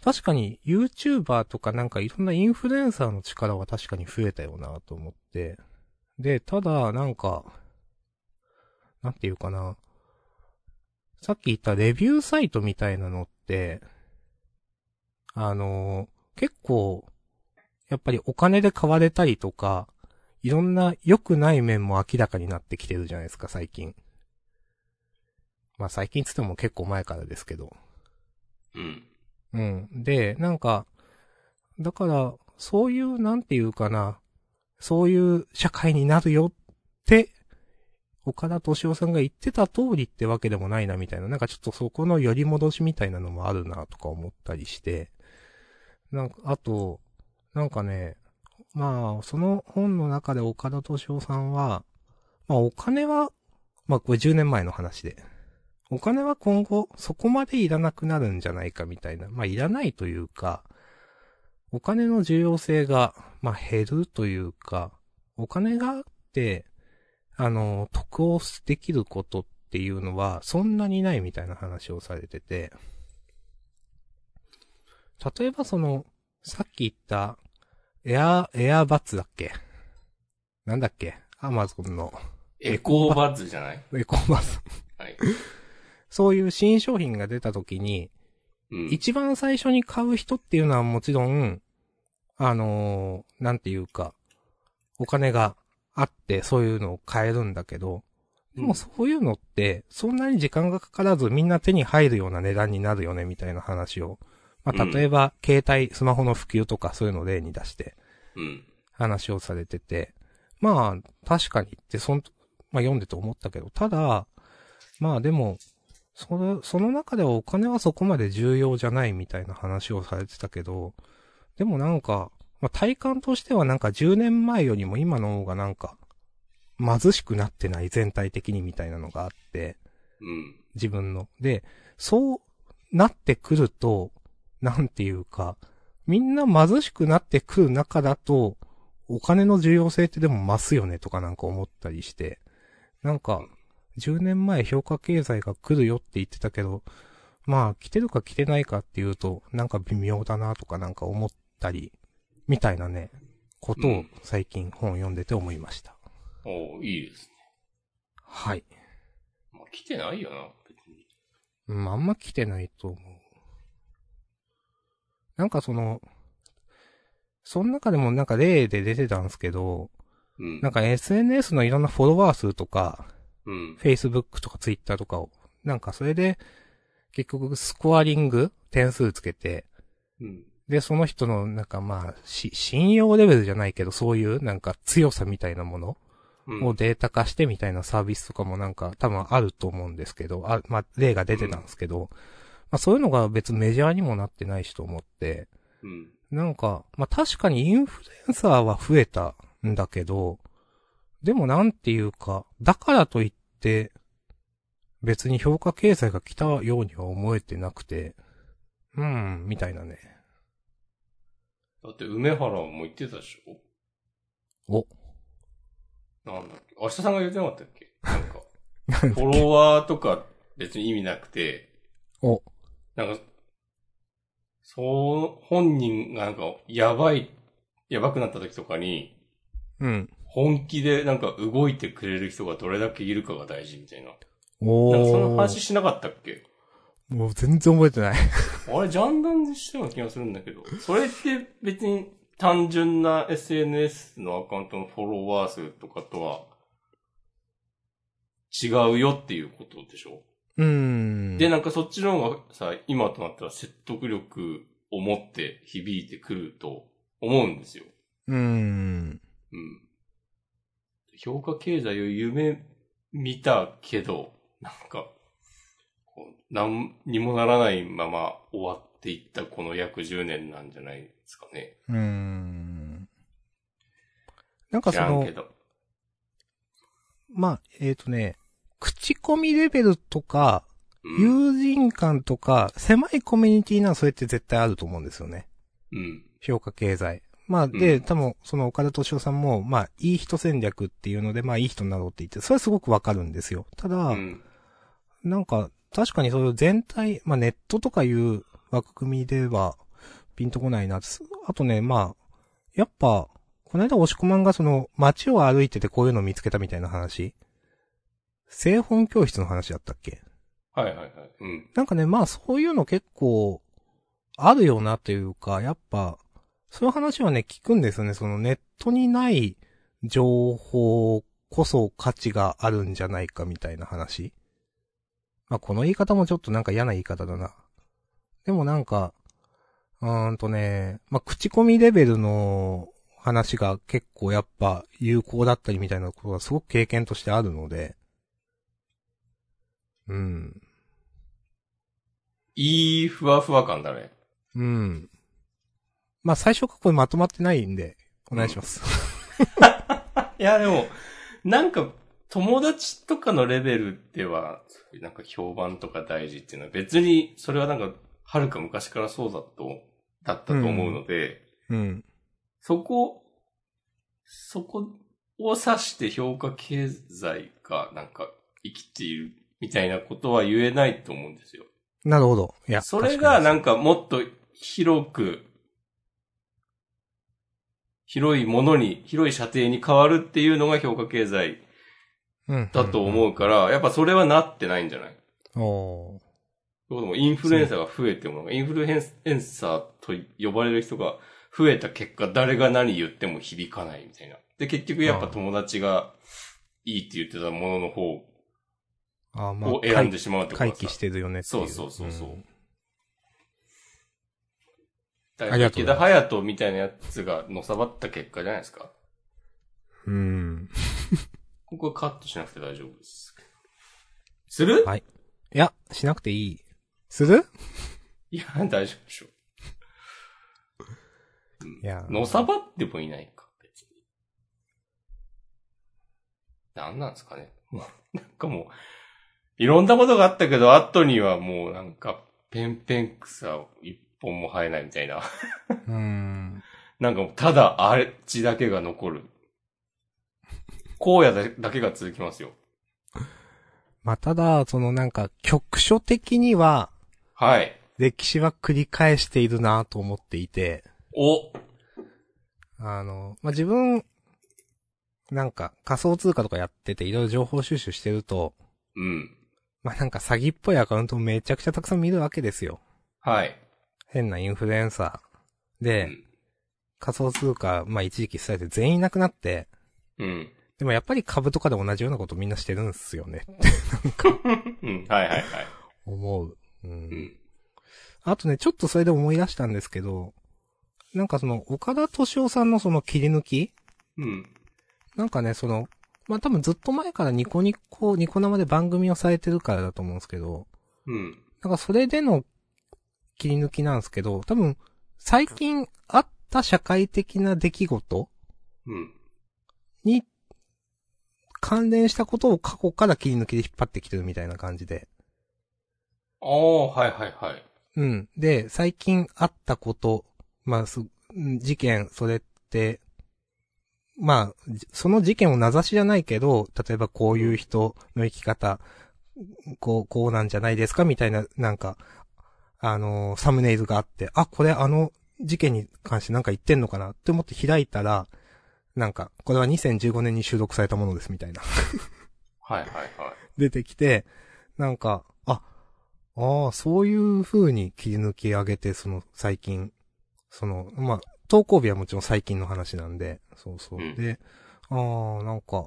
Speaker 2: 確かに YouTuber とかなんかいろんなインフルエンサーの力は確かに増えたよなと思って。で、ただ、なんか、なんていうかな。さっき言ったレビューサイトみたいなのって、あの結構、やっぱりお金で買われたりとか、いろんな良くない面も明らかになってきてるじゃないですか、最近。まあ最近つっても結構前からですけど。
Speaker 1: うん。
Speaker 2: うん。で、なんか、だから、そういう、なんていうかな、そういう社会になるよって、岡田敏夫さんが言ってた通りってわけでもないな、みたいな。なんかちょっとそこの寄り戻しみたいなのもあるな、とか思ったりして。なんか、あと、なんかね、まあ、その本の中で岡田敏夫さんは、まあお金は、まあこれ10年前の話で、お金は今後そこまでいらなくなるんじゃないかみたいな。まあ、いらないというか、お金の重要性が、まあ、減るというか、お金があって、あの、得をできることっていうのはそんなにないみたいな話をされてて、例えばその、さっき言った、エア、エアバッツだっけなんだっけアマゾンの
Speaker 1: エコーバッズじゃない
Speaker 2: エコーバス。
Speaker 1: はい。
Speaker 2: そういう新商品が出た時に、
Speaker 1: うん。
Speaker 2: 一番最初に買う人っていうのはもちろん、あのーなんていうか、お金があってそういうのを買えるんだけど、でもそういうのって、そんなに時間がかからずみんな手に入るような値段になるよね、みたいな話を。まあ、
Speaker 1: うん
Speaker 2: 例えば、携帯、スマホの普及とかそういうのを例に出して、
Speaker 1: うん。
Speaker 2: 話をされてて、まあ、確かにって、そん、まあ読んでて思ったけど、ただ、まあでも、その、その中ではお金はそこまで重要じゃないみたいな話をされてたけど、でもなんか、まあ体感としてはなんか10年前よりも今の方がなんか、貧しくなってない全体的にみたいなのがあって、
Speaker 1: うん。
Speaker 2: 自分の。で、そうなってくると、なんていうか、みんな貧しくなってくる中だと、お金の重要性ってでも増すよねとかなんか思ったりして、なんか、10年前評価経済が来るよって言ってたけど、まあ、来てるか来てないかっていうと、なんか微妙だなとかなんか思ったり、みたいなね、こと
Speaker 1: う
Speaker 2: を
Speaker 1: ん
Speaker 2: 最近本読んでて思いました。
Speaker 1: おういいですね。
Speaker 2: はい。
Speaker 1: まあ、来てないよな、別に。
Speaker 2: うん、あんま来てないと思う。なんかその、その中でもなんか例で出てたんですけど、
Speaker 1: うん。
Speaker 2: なんか SNS のいろんなフォロワー数とか、
Speaker 1: うん。
Speaker 2: Facebook とか Twitter とかを、なんかそれで、結局スコアリング点数つけて、
Speaker 1: うん。
Speaker 2: で、その人のなんかまあ、し、信用レベルじゃないけど、そういうなんか強さみたいなもの
Speaker 1: うん。
Speaker 2: をデータ化してみたいなサービスとかもなんか多分あると思うんですけど、あまあ、例が出てたんですけど、まあそういうのが別にメジャーにもなってないしと思って、
Speaker 1: うん。
Speaker 2: なんか、まあ確かにインフルエンサーは増えたんだけど、でもなんていうか、だからといって、別に評価経済が来たようには思えてなくて、うん、みたいなね。
Speaker 1: だって、梅原も言ってたでしょ
Speaker 2: お、
Speaker 1: なんだっけ明日さんが言ってなかったっけなんか、
Speaker 2: なん
Speaker 1: フォロワーとか別に意味なくて、
Speaker 2: お、
Speaker 1: なんか、そう、本人がなんか、やばい、やばくなった時とかに、
Speaker 2: うん。
Speaker 1: 本気でなんか動いてくれる人がどれだけいるかが大事みたいな。
Speaker 2: お
Speaker 1: なんかその話
Speaker 2: ー。
Speaker 1: しなかったっけ
Speaker 2: もう全然覚えてない。
Speaker 1: あれ、ジャンダンでしたような気がするんだけど。それって別に単純な SNS のアカウントのフォロワー数とかとは違うよっていうことでしょ、
Speaker 2: うーん。
Speaker 1: で、なんかそっちの方がさ、今となったら説得力を持って響いてくると思うんですよ。
Speaker 2: うーん。
Speaker 1: うん。評価経済を夢見たけど、なんか、こう何にもならないまま終わっていったこの約10年なんじゃないですかね。
Speaker 2: うーん。なんか
Speaker 1: 知
Speaker 2: そ
Speaker 1: らん
Speaker 2: の
Speaker 1: け、ど。
Speaker 2: まあ、えっ、とね、口コミレベルとか、
Speaker 1: うん。
Speaker 2: 友人感とか、狭いコミュニティなそれって絶対あると思うんですよね。
Speaker 1: うん。
Speaker 2: 評価経済。まあ、で、
Speaker 1: うん
Speaker 2: 多分、その岡田斗司夫さんも、まあ、いい人戦略っていうので、まあ、いい人になろうって言って、それはすごくわかるんですよ。ただ、
Speaker 1: うん。
Speaker 2: なんか、確かにそういう全体、まあネットとかいう枠組みでは、ピンとこないな。すあとね、まあ、やっぱ、この間押し込まんがその、街を歩いててこういうのを見つけたみたいな話。製本教室の話だったっけ
Speaker 1: はいはいはい。うん。
Speaker 2: なんかね、まあそういうの結構、あるよなというか、やっぱ、そういう話はね、聞くんですよね。そのネットにない情報こそ価値があるんじゃないかみたいな話。まあこの言い方もちょっとなんか嫌な言い方だな。でもなんか、うーんとね、まあ口コミレベルの話が結構やっぱ有効だったりみたいなことがすごく経験としてあるので、うん。
Speaker 1: いいふわふわ感だね。
Speaker 2: うん。まあ、最初これまとまってないんで、お願いします。
Speaker 1: いや、でも、なんか、友達とかのレベルでは、なんか評判とか大事っていうのは別に、それはなんか、はるか昔からそうだと、だったと思うので、
Speaker 2: うん。
Speaker 1: そこ、そこを指して評価経済がなんか生きているみたいなことは言えないと思うんですよ。
Speaker 2: なるほど。いや、
Speaker 1: それがなんんかもっと広く、広いものに、広い射程に変わるっていうのが評価経済だと思うから、やっぱそれはなってないんじゃない
Speaker 2: うん。お
Speaker 1: ということもインフルエンサーが増えても、インフルエンサーと呼ばれる人が増えた結果、誰が何言っても響かないみたいな。で、結局やっぱ友達がいいって言ってたものの方を
Speaker 2: ーあーまあ、
Speaker 1: 選んでしまうってこと
Speaker 2: 回
Speaker 1: が
Speaker 2: 帰し
Speaker 1: さ。
Speaker 2: てるよねってい
Speaker 1: そ
Speaker 2: う。
Speaker 1: うそうそうそうんだ
Speaker 2: ありがと
Speaker 1: 池
Speaker 2: うござ
Speaker 1: 田
Speaker 2: います
Speaker 1: 隼人みたいなやつがのさばった結果じゃないですか。
Speaker 2: うん。
Speaker 1: ここはカットしなくて大丈夫です。する、
Speaker 2: はいいや、しなくていい。する
Speaker 1: い、や、大丈夫でしょ。
Speaker 2: いや、
Speaker 1: のさばってもいないか、別に。なんなんですかね。もう、なんかもう、いろんなことがあったけど、後にはもうなんか、ペンペン草一本も生えないみたいな。
Speaker 2: うーん。
Speaker 1: なんかもう、ただ、あれっちだけが残る。荒野だだけが続きますよ。
Speaker 2: まあ、ただ、そのなんか、局所的には、
Speaker 1: はい。
Speaker 2: 歴史は繰り返しているなと思っていて、
Speaker 1: お、
Speaker 2: あの、まあ、自分、なんか、仮想通貨とかやってて、いろいろ情報収集してると、
Speaker 1: うん。
Speaker 2: まあ、なんか詐欺っぽいアカウントをめちゃくちゃたくさん見るわけですよ。
Speaker 1: はい。
Speaker 2: 変なインフルエンサー。
Speaker 1: う
Speaker 2: で、
Speaker 1: ん。
Speaker 2: 仮想通貨、まあ、一時期伝えて全員いなくなって、
Speaker 1: うん。
Speaker 2: でもやっぱり株とかで同じようなことみんなしてるんすよね。
Speaker 1: うん。はいはいはい。
Speaker 2: 思う。うん。
Speaker 1: うん。
Speaker 2: あとね、ちょっとそれで思い出したんですけど、なんかその、岡田敏夫さんのその切り抜き
Speaker 1: うん。
Speaker 2: なんかね、その、まあ、多分ずっと前からニコニコ、ニコ生で番組をされてるからだと思うんですけど、
Speaker 1: うん。
Speaker 2: なんかそれでの切り抜きなんですけど、多分、最近あった社会的な出来事
Speaker 1: うん。
Speaker 2: に関連したことを過去から切り抜きで引っ張ってきてるみたいな感じで。
Speaker 1: ああ、はいはいはい。
Speaker 2: うん。で、最近あったこと、まあ、す、うん事件、それって、まあ、じその事件を名指しじゃないけど、例えばこういう人の生き方、こう、こうなんじゃないですかみたいな、なんか、あのーサムネイルがあって、あ、これあの事件に関してなんか言ってんのかなって思って開いたら、なんか、これは2015年に収録されたものですみたいな。
Speaker 1: はいはいはい。
Speaker 2: 出てきて、なんか、あ、ああ、そういう風に切り抜き上げて、その、最近、その、まあ、投稿日はもちろん最近の話なんで、そうそう。
Speaker 1: うん
Speaker 2: で、ああ、なんか、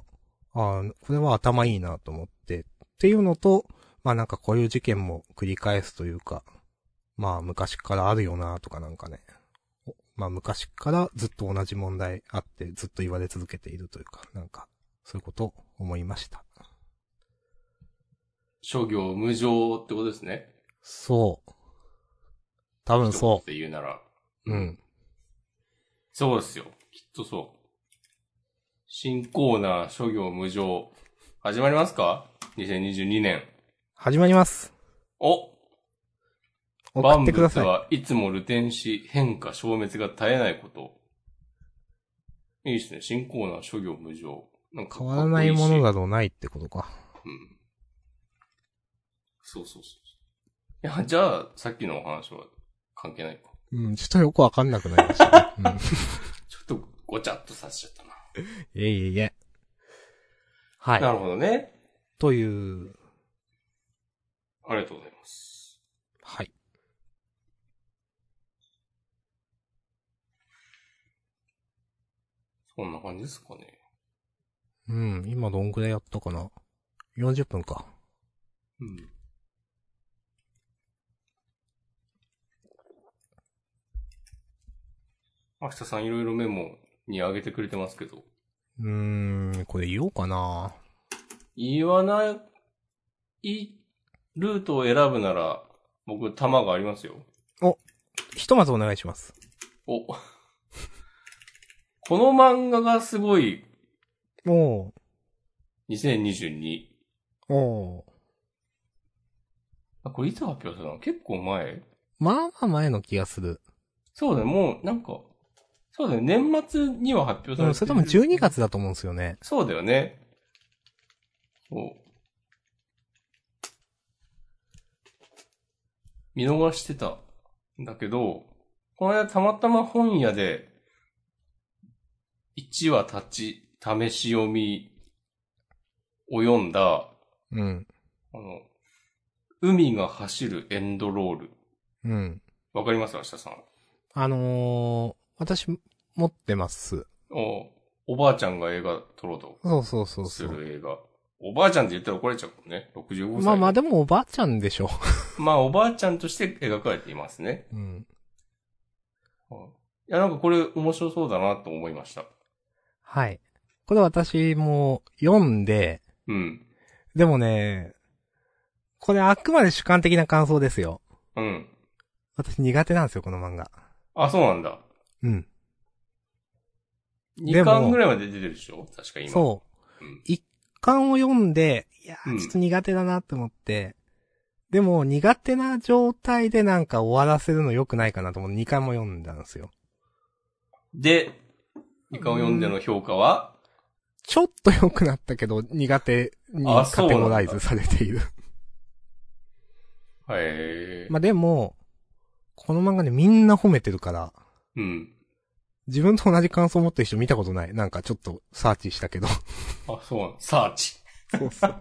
Speaker 2: ああ、これは頭いいなと思って、っていうのと、まあなんかこういう事件も繰り返すというか、まあ昔からあるよなとかなんかね。おまあ昔からずっと同じ問題あって、ずっと言われ続けているというか、なんか、そういうことを思いました。
Speaker 1: 諸行無常ってことですね。
Speaker 2: そう。多分
Speaker 1: 一言
Speaker 2: そ
Speaker 1: って言うなら。
Speaker 2: う。うん。
Speaker 1: そうですよ。きっとそう。新コーナー、諸行無常。始まりますか ?2022 年。
Speaker 2: 始まります。
Speaker 1: お
Speaker 2: 送
Speaker 1: 万
Speaker 2: って
Speaker 1: 物
Speaker 2: ください。
Speaker 1: はいつもルテンし、変化、消滅が絶えないこと。いいですね。新コーナー、諸行無常。なんか
Speaker 2: 変わらないもの
Speaker 1: が。
Speaker 2: などないってことか。
Speaker 1: うん。そうそうそう。いや、じゃあ、さっきのお話は関係ないか。
Speaker 2: うん、ちょっとよくわかんなくなりました、ね。
Speaker 1: ちょっとごちゃっとさせちゃったな。
Speaker 2: うん。 いえいえいえ。はい。
Speaker 1: なるほどね。
Speaker 2: という、
Speaker 1: ありがとうございます。
Speaker 2: はい。
Speaker 1: そんな感じですかね。
Speaker 2: うん、今どんぐらいやったかな。40分か。
Speaker 1: うん。明日さんいろいろメモにあげてくれてますけど、
Speaker 2: うーん、これ言おうかな。
Speaker 1: 言わないルートを選ぶなら、僕、弾がありますよ。
Speaker 2: ひとまずお願いします。
Speaker 1: お。 この漫画がすごい、
Speaker 2: おー。
Speaker 1: 2022。
Speaker 2: おー。
Speaker 1: あ、これいつ発表したの結構前
Speaker 2: まあまあ前の気がする。
Speaker 1: そうだよ、もう、なんか、そうだよ、年末には発表されて
Speaker 2: う
Speaker 1: る
Speaker 2: ん、それ多分12。月だと思うんですよね。
Speaker 1: そうだよね。そう。見逃してたんだけど、この間たまたま本屋で、1話立ち、試し読みを読んだ、
Speaker 2: うん。
Speaker 1: あの、海が走るエンドロール。
Speaker 2: うん。
Speaker 1: わかります明日さん。
Speaker 2: あのー、私、持ってます。
Speaker 1: おおばあちゃんが映画撮ろうと
Speaker 2: そうそうそう
Speaker 1: す
Speaker 2: そう。
Speaker 1: る映画。おばあちゃんって言ったら怒られちゃうもんね。65歳。
Speaker 2: まあまあでもおばあちゃんでしょ。
Speaker 1: まあおばあちゃんとして描かれていますね。
Speaker 2: うん。
Speaker 1: はいいや、なんかこれ面白そうだなと思いました。
Speaker 2: はい。これ私も読んで、
Speaker 1: うん。
Speaker 2: でもね、これあくまで主観的な感想ですよ。
Speaker 1: うん。
Speaker 2: 私苦手なんですよ、この漫画。
Speaker 1: あ、そうなんだ。
Speaker 2: うん。でも
Speaker 1: 2巻ぐらいまで出てるでしょ確か今。
Speaker 2: そう
Speaker 1: うん。
Speaker 2: 一巻を読んで、いや
Speaker 1: うん
Speaker 2: ー、ちょっと苦手だなって思って、でも苦手な状態でなんか終わらせるの良くないかなと思って2巻も読んだんですよ。
Speaker 1: で、2巻を読んでの評価は、
Speaker 2: ちょっと良くなったけど、苦手に
Speaker 1: あ
Speaker 2: カテゴライズされている。
Speaker 1: へえ。
Speaker 2: まあでも、この漫画ね、みんな褒めてるから、
Speaker 1: うん。
Speaker 2: 自分と同じ感想を持ってる人見たことない。なんかちょっとサーチしたけど。
Speaker 1: あ、そうなんサーチ。
Speaker 2: そうそう。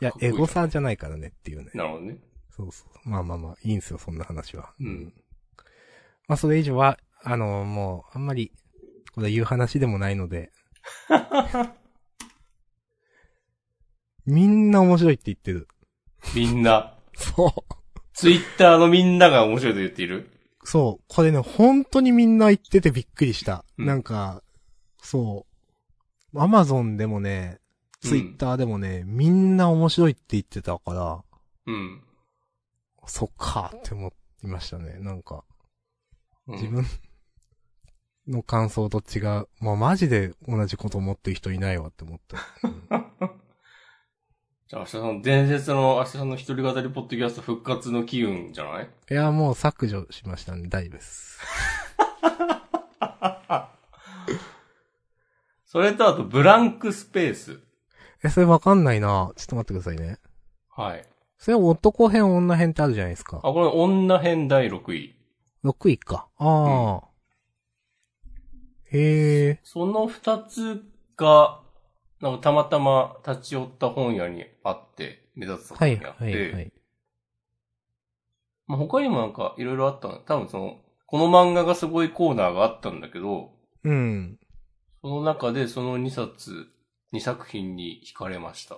Speaker 2: いや
Speaker 1: かっ、こいい
Speaker 2: エ
Speaker 1: な
Speaker 2: ゴサーじゃないからねっていうね。
Speaker 1: なるほどね。
Speaker 2: そうそう。まあまあまあ、いいんすよ、そんな話は。
Speaker 1: うん。
Speaker 2: まあそれ以上は、あの、もう、あんまり、これは言う話でもない ので。みんな面白いって言ってる。
Speaker 1: みんな、
Speaker 2: そ
Speaker 1: ツイッターのみんなが面白いと言っている。
Speaker 2: う。そう。これね、本当にみんな言っててびっくりした。
Speaker 1: うん
Speaker 2: なんか、そう。アマゾンでも
Speaker 1: う
Speaker 2: ね、
Speaker 1: ん
Speaker 2: ツイッターでもね、みんな面白いって言ってたから、
Speaker 1: うん。
Speaker 2: そっかって思いましたね。なんか、
Speaker 1: うん
Speaker 2: 自分の感想と違う。まあ、マジで同じこと思ってる人いないわって思った。
Speaker 1: じゃあ、明日さん、伝説の明日さんの一人語りポッドキャスト復活の機運じゃない
Speaker 2: いや、もう削除しましたんで大丈夫です。
Speaker 1: それとあと、ブランクスペース。
Speaker 2: え、それわかんないなちょっと待ってくださいね。
Speaker 1: はい。
Speaker 2: それ男編、女編ってあるじゃないですか。
Speaker 1: あ、これ、女編第6位。
Speaker 2: 6位か。ああ。へえ。
Speaker 1: その2つが、なんかたまたま立ち寄った本屋にあって、目立つ作
Speaker 2: は
Speaker 1: 品
Speaker 2: い、
Speaker 1: にあって、
Speaker 2: はい、はい。
Speaker 1: まあ、他にもなんかいろいろあったの。多分その、この漫画がすごいコーナーがあったんだけど、
Speaker 2: うん。
Speaker 1: その中でその2冊、2作品に惹かれました。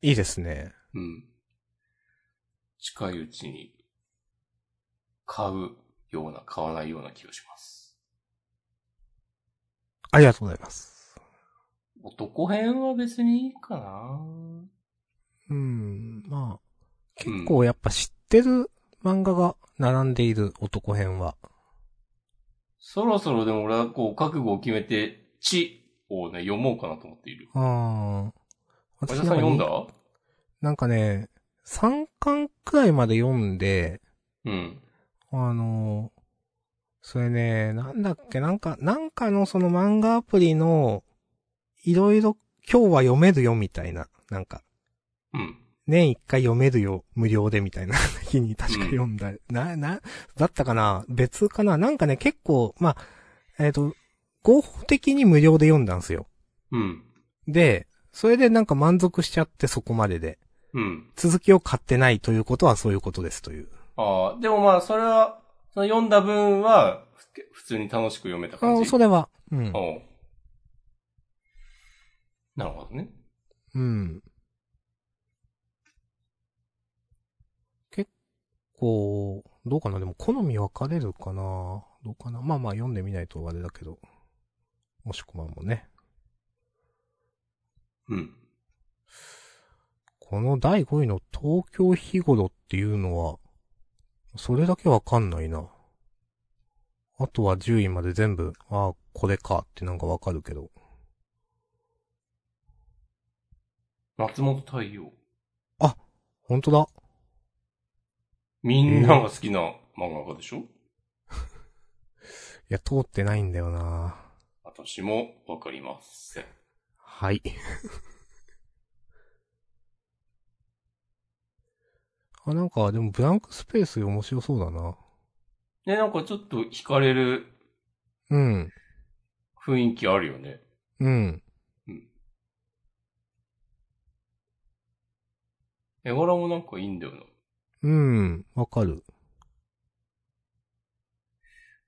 Speaker 2: いいですね。
Speaker 1: うん。近いうちに、買うような、買わないような気がします。
Speaker 2: ありがとうございます。
Speaker 1: 男編は別にいいかな
Speaker 2: うん。まあ、
Speaker 1: うん
Speaker 2: 結構やっぱ知ってる漫画が並んでいる男編は。
Speaker 1: そろそろでも俺はこう、覚悟を決めて、地をね、読もうかなと思っている。
Speaker 2: ああ。
Speaker 1: 町田さん読んだ
Speaker 2: なんかね、3巻くらいまで読んで、
Speaker 1: うん。
Speaker 2: あのーそれね、なんだっけ、なんか、なんかのその漫画アプリの、いろいろ今日は読めるよみたいな、なんか、
Speaker 1: うん。
Speaker 2: 年一回読めるよ、無料でみ たいな日に確か読んだ、な、な、だったかな別かななんかね、結構、まあ、えっ、と、合法的に無料で読んだんですよ。
Speaker 1: うん。
Speaker 2: で、それでなんか満足しちゃってそこまでで。
Speaker 1: うん。
Speaker 2: 続きを買ってないということはそういうことですという。
Speaker 1: ああ、でもまあ、それは、その読んだ分は、ふ普通に楽しく読めた
Speaker 2: あ
Speaker 1: 感
Speaker 2: あ、
Speaker 1: じ。
Speaker 2: それは。うん。
Speaker 1: おうなるほどね。
Speaker 2: うん。結構、どうかなでも好み分かれるかなどうかなまあまあ読んでみないとあれだけど。もしくはもね。
Speaker 1: うん。
Speaker 2: この第5位の東京日頃っていうのは、それだけわかんないな。あとは10位まで全部、ああ、これかってなんかわかるけど。
Speaker 1: 松本太陽。
Speaker 2: ほんとだ。
Speaker 1: みんなが好きな漫画家でしょ、
Speaker 2: いや、通ってないんだよな
Speaker 1: 私もわかりません。
Speaker 2: はい。 あ、なんか、でもブランクスペース面白そうだな。
Speaker 1: ね、なんかちょっと惹かれる
Speaker 2: うん。
Speaker 1: 雰囲気あるよね。
Speaker 2: うん。
Speaker 1: 絵柄もなんかいいんだよな。
Speaker 2: うん。わかる。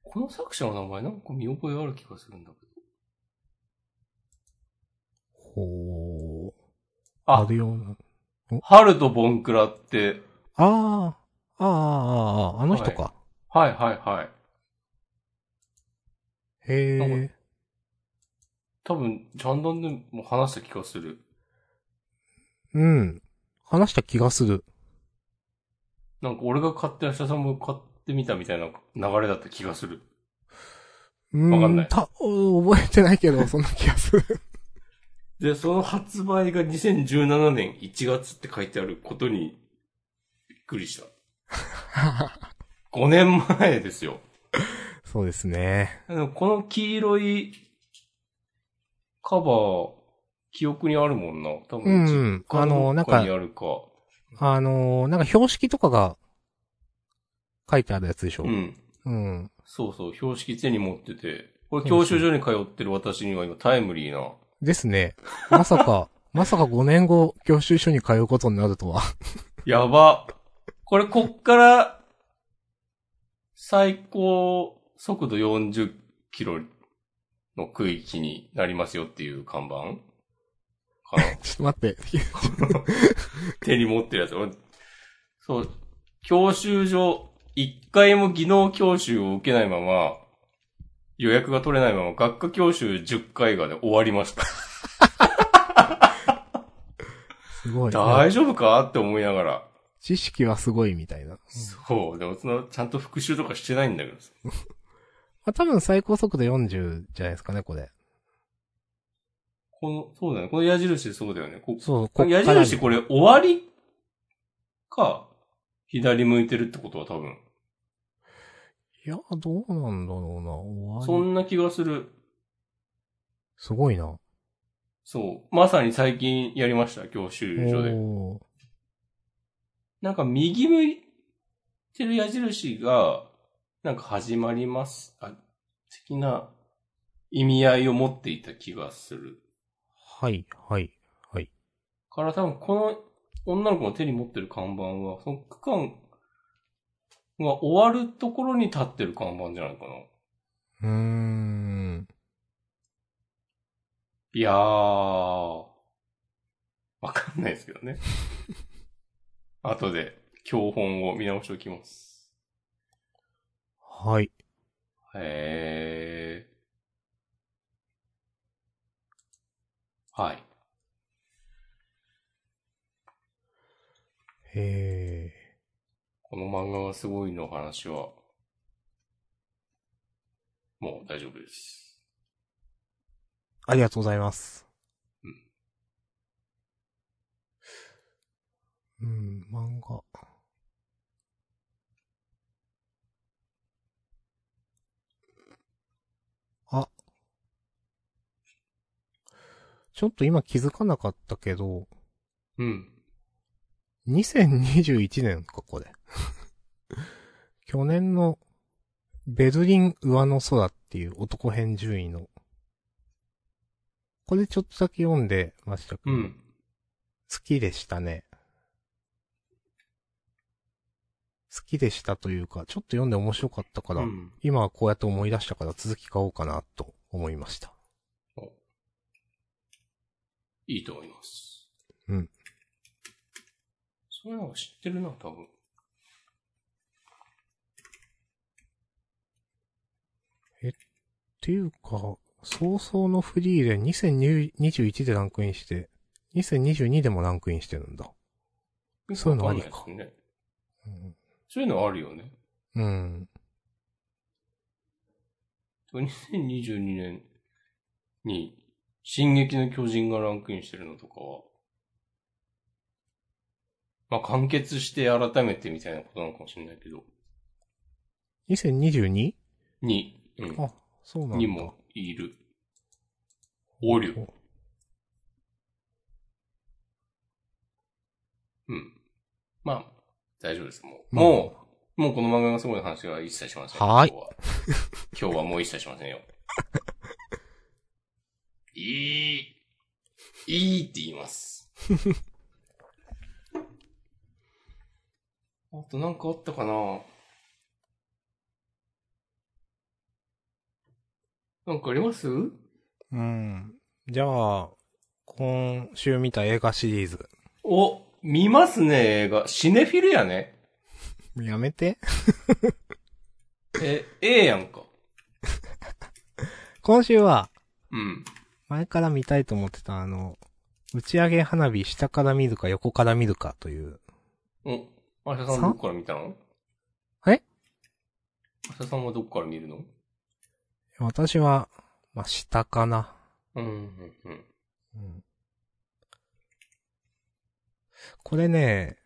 Speaker 1: この作者の名前なんか見覚えある気がするんだけど。
Speaker 2: ほー。
Speaker 1: あ
Speaker 2: るような。
Speaker 1: 春とボンクラって、
Speaker 2: あー。あーあーあーあー、あの人か。
Speaker 1: はいはいはい。
Speaker 2: へ
Speaker 1: な
Speaker 2: ー。
Speaker 1: 多分、ジャンダンでも話した気がする。
Speaker 2: うん。話した気がする。
Speaker 1: なんか俺が買って、明日さんも買ってみたみたいな流れだった気がする。
Speaker 2: うん。
Speaker 1: わかんない
Speaker 2: た、覚えてないけど、そ んな気がする。
Speaker 1: で、その発売が2017年1月って書いてあることに、びっくり した。5年前ですよ。
Speaker 2: そうですね。
Speaker 1: でもこの黄色いカバー、記憶にあるもんな。多
Speaker 2: う
Speaker 1: 分、実
Speaker 2: ん。あ
Speaker 1: 家
Speaker 2: の、
Speaker 1: の
Speaker 2: な
Speaker 1: ど
Speaker 2: ん
Speaker 1: っか
Speaker 2: か
Speaker 1: に、あるか。
Speaker 2: あの、なんか標識とかが、書いてあるやつでしょ。
Speaker 1: うん。
Speaker 2: うん。
Speaker 1: そうそう、標識手に持ってて。これ教習所に通ってる私には今タイムリーな。
Speaker 2: ですね。まさか、 まさか5年後、教習所に通うことになるとは。
Speaker 1: やば。これこっから、最高速度40キロの区域になりますよっていう看板かな
Speaker 2: ちょっと待って。
Speaker 1: 手に持ってるやつ。俺そう、教習所、一回も技能教習を受けないまま、予約が取れないまま、学科教習10回がで終わりました。
Speaker 2: すごい。
Speaker 1: 大丈夫かって思いながら。
Speaker 2: 知識はすごいみたいな。
Speaker 1: そう、でもその、ちゃんと復習とかしてないんだけどさ。
Speaker 2: まあ、多分最高速度40じゃないですかね、これ。
Speaker 1: この、そうだね。この矢印そうだよね。こ
Speaker 2: そう、
Speaker 1: こ
Speaker 2: っ
Speaker 1: 矢
Speaker 2: から
Speaker 1: 印これ終わりか、左向いてるってことは多分。
Speaker 2: いや、どうなんだろうな。終
Speaker 1: そ
Speaker 2: わり。
Speaker 1: んな気がする。
Speaker 2: すごいな。
Speaker 1: そう。まさに最近やりました、教習所で。
Speaker 2: おー
Speaker 1: なんか右向いてる矢印が、なんか始まります。あ、的な意味合いを持っていた気がする。
Speaker 2: はい、はい。
Speaker 1: から多分この女の子が手に持ってる看板は、その区間が終わるところに立ってる看板じゃないかな。
Speaker 2: うーん。
Speaker 1: いやー、わかんないですけど ね。後で教本を見直しておきます。
Speaker 2: はい。
Speaker 1: へー。はい。
Speaker 2: へ
Speaker 1: この漫画がすごいの話は、もう大丈夫です。
Speaker 2: ー。ありがとうございます。うん、漫画。あ。ちょっと今気づかなかったけど、
Speaker 1: うん。
Speaker 2: 2021年か、これ。 去年の、ベルリン上の空っていう男編順位の、これちょっとだけ読んでましたけ
Speaker 1: う
Speaker 2: ど、
Speaker 1: ん。
Speaker 2: 好きでしたね。好きでしたというか、ちょっと読んで面白かったから、
Speaker 1: うん
Speaker 2: 今はこうやって思い出したから続き買おうかなと思いました。
Speaker 1: いいと思います。
Speaker 2: うん。
Speaker 1: そういうのは知ってるな、多分。
Speaker 2: っていうか、早々のフリーで2021でランクインして、2022でもランクインしてるんだ。そういうのありか
Speaker 1: わんないですね。
Speaker 2: うん。
Speaker 1: そういうのあるよね。
Speaker 2: うん、
Speaker 1: 2022年に、進撃の巨人がランクインしてるのとかは、まあ、完結して改めてみたいなことなのかもしれないけど、
Speaker 2: 2022?
Speaker 1: に、う
Speaker 2: あ、そうなん
Speaker 1: ん、
Speaker 2: だ。
Speaker 1: にもいる。おるよ。うん。まあ、大丈夫です。もう、
Speaker 2: まあ
Speaker 1: もう、もうこの漫画がすごい話は一切しません。
Speaker 2: はい
Speaker 1: 今日は。今日はもう一切しません よ。いい、いいって言います。あとなんかあったかななんかあります
Speaker 2: うん。じゃあ、今週見た映画シリーズ。
Speaker 1: お、見ますね、映画。シネフィルやね。
Speaker 2: やめて。
Speaker 1: え、ええやんか。
Speaker 2: 今週は、
Speaker 1: うん。
Speaker 2: 前から見たいと思ってたあの、打ち上げ花火下から見るか横から見るかという。
Speaker 1: お、アシャさん
Speaker 2: さ
Speaker 1: どこから見たの
Speaker 2: え
Speaker 1: アシャさんはどこから見るの
Speaker 2: 私は、まあ、下かな。
Speaker 1: うん、うん、うん。
Speaker 2: うん。これね、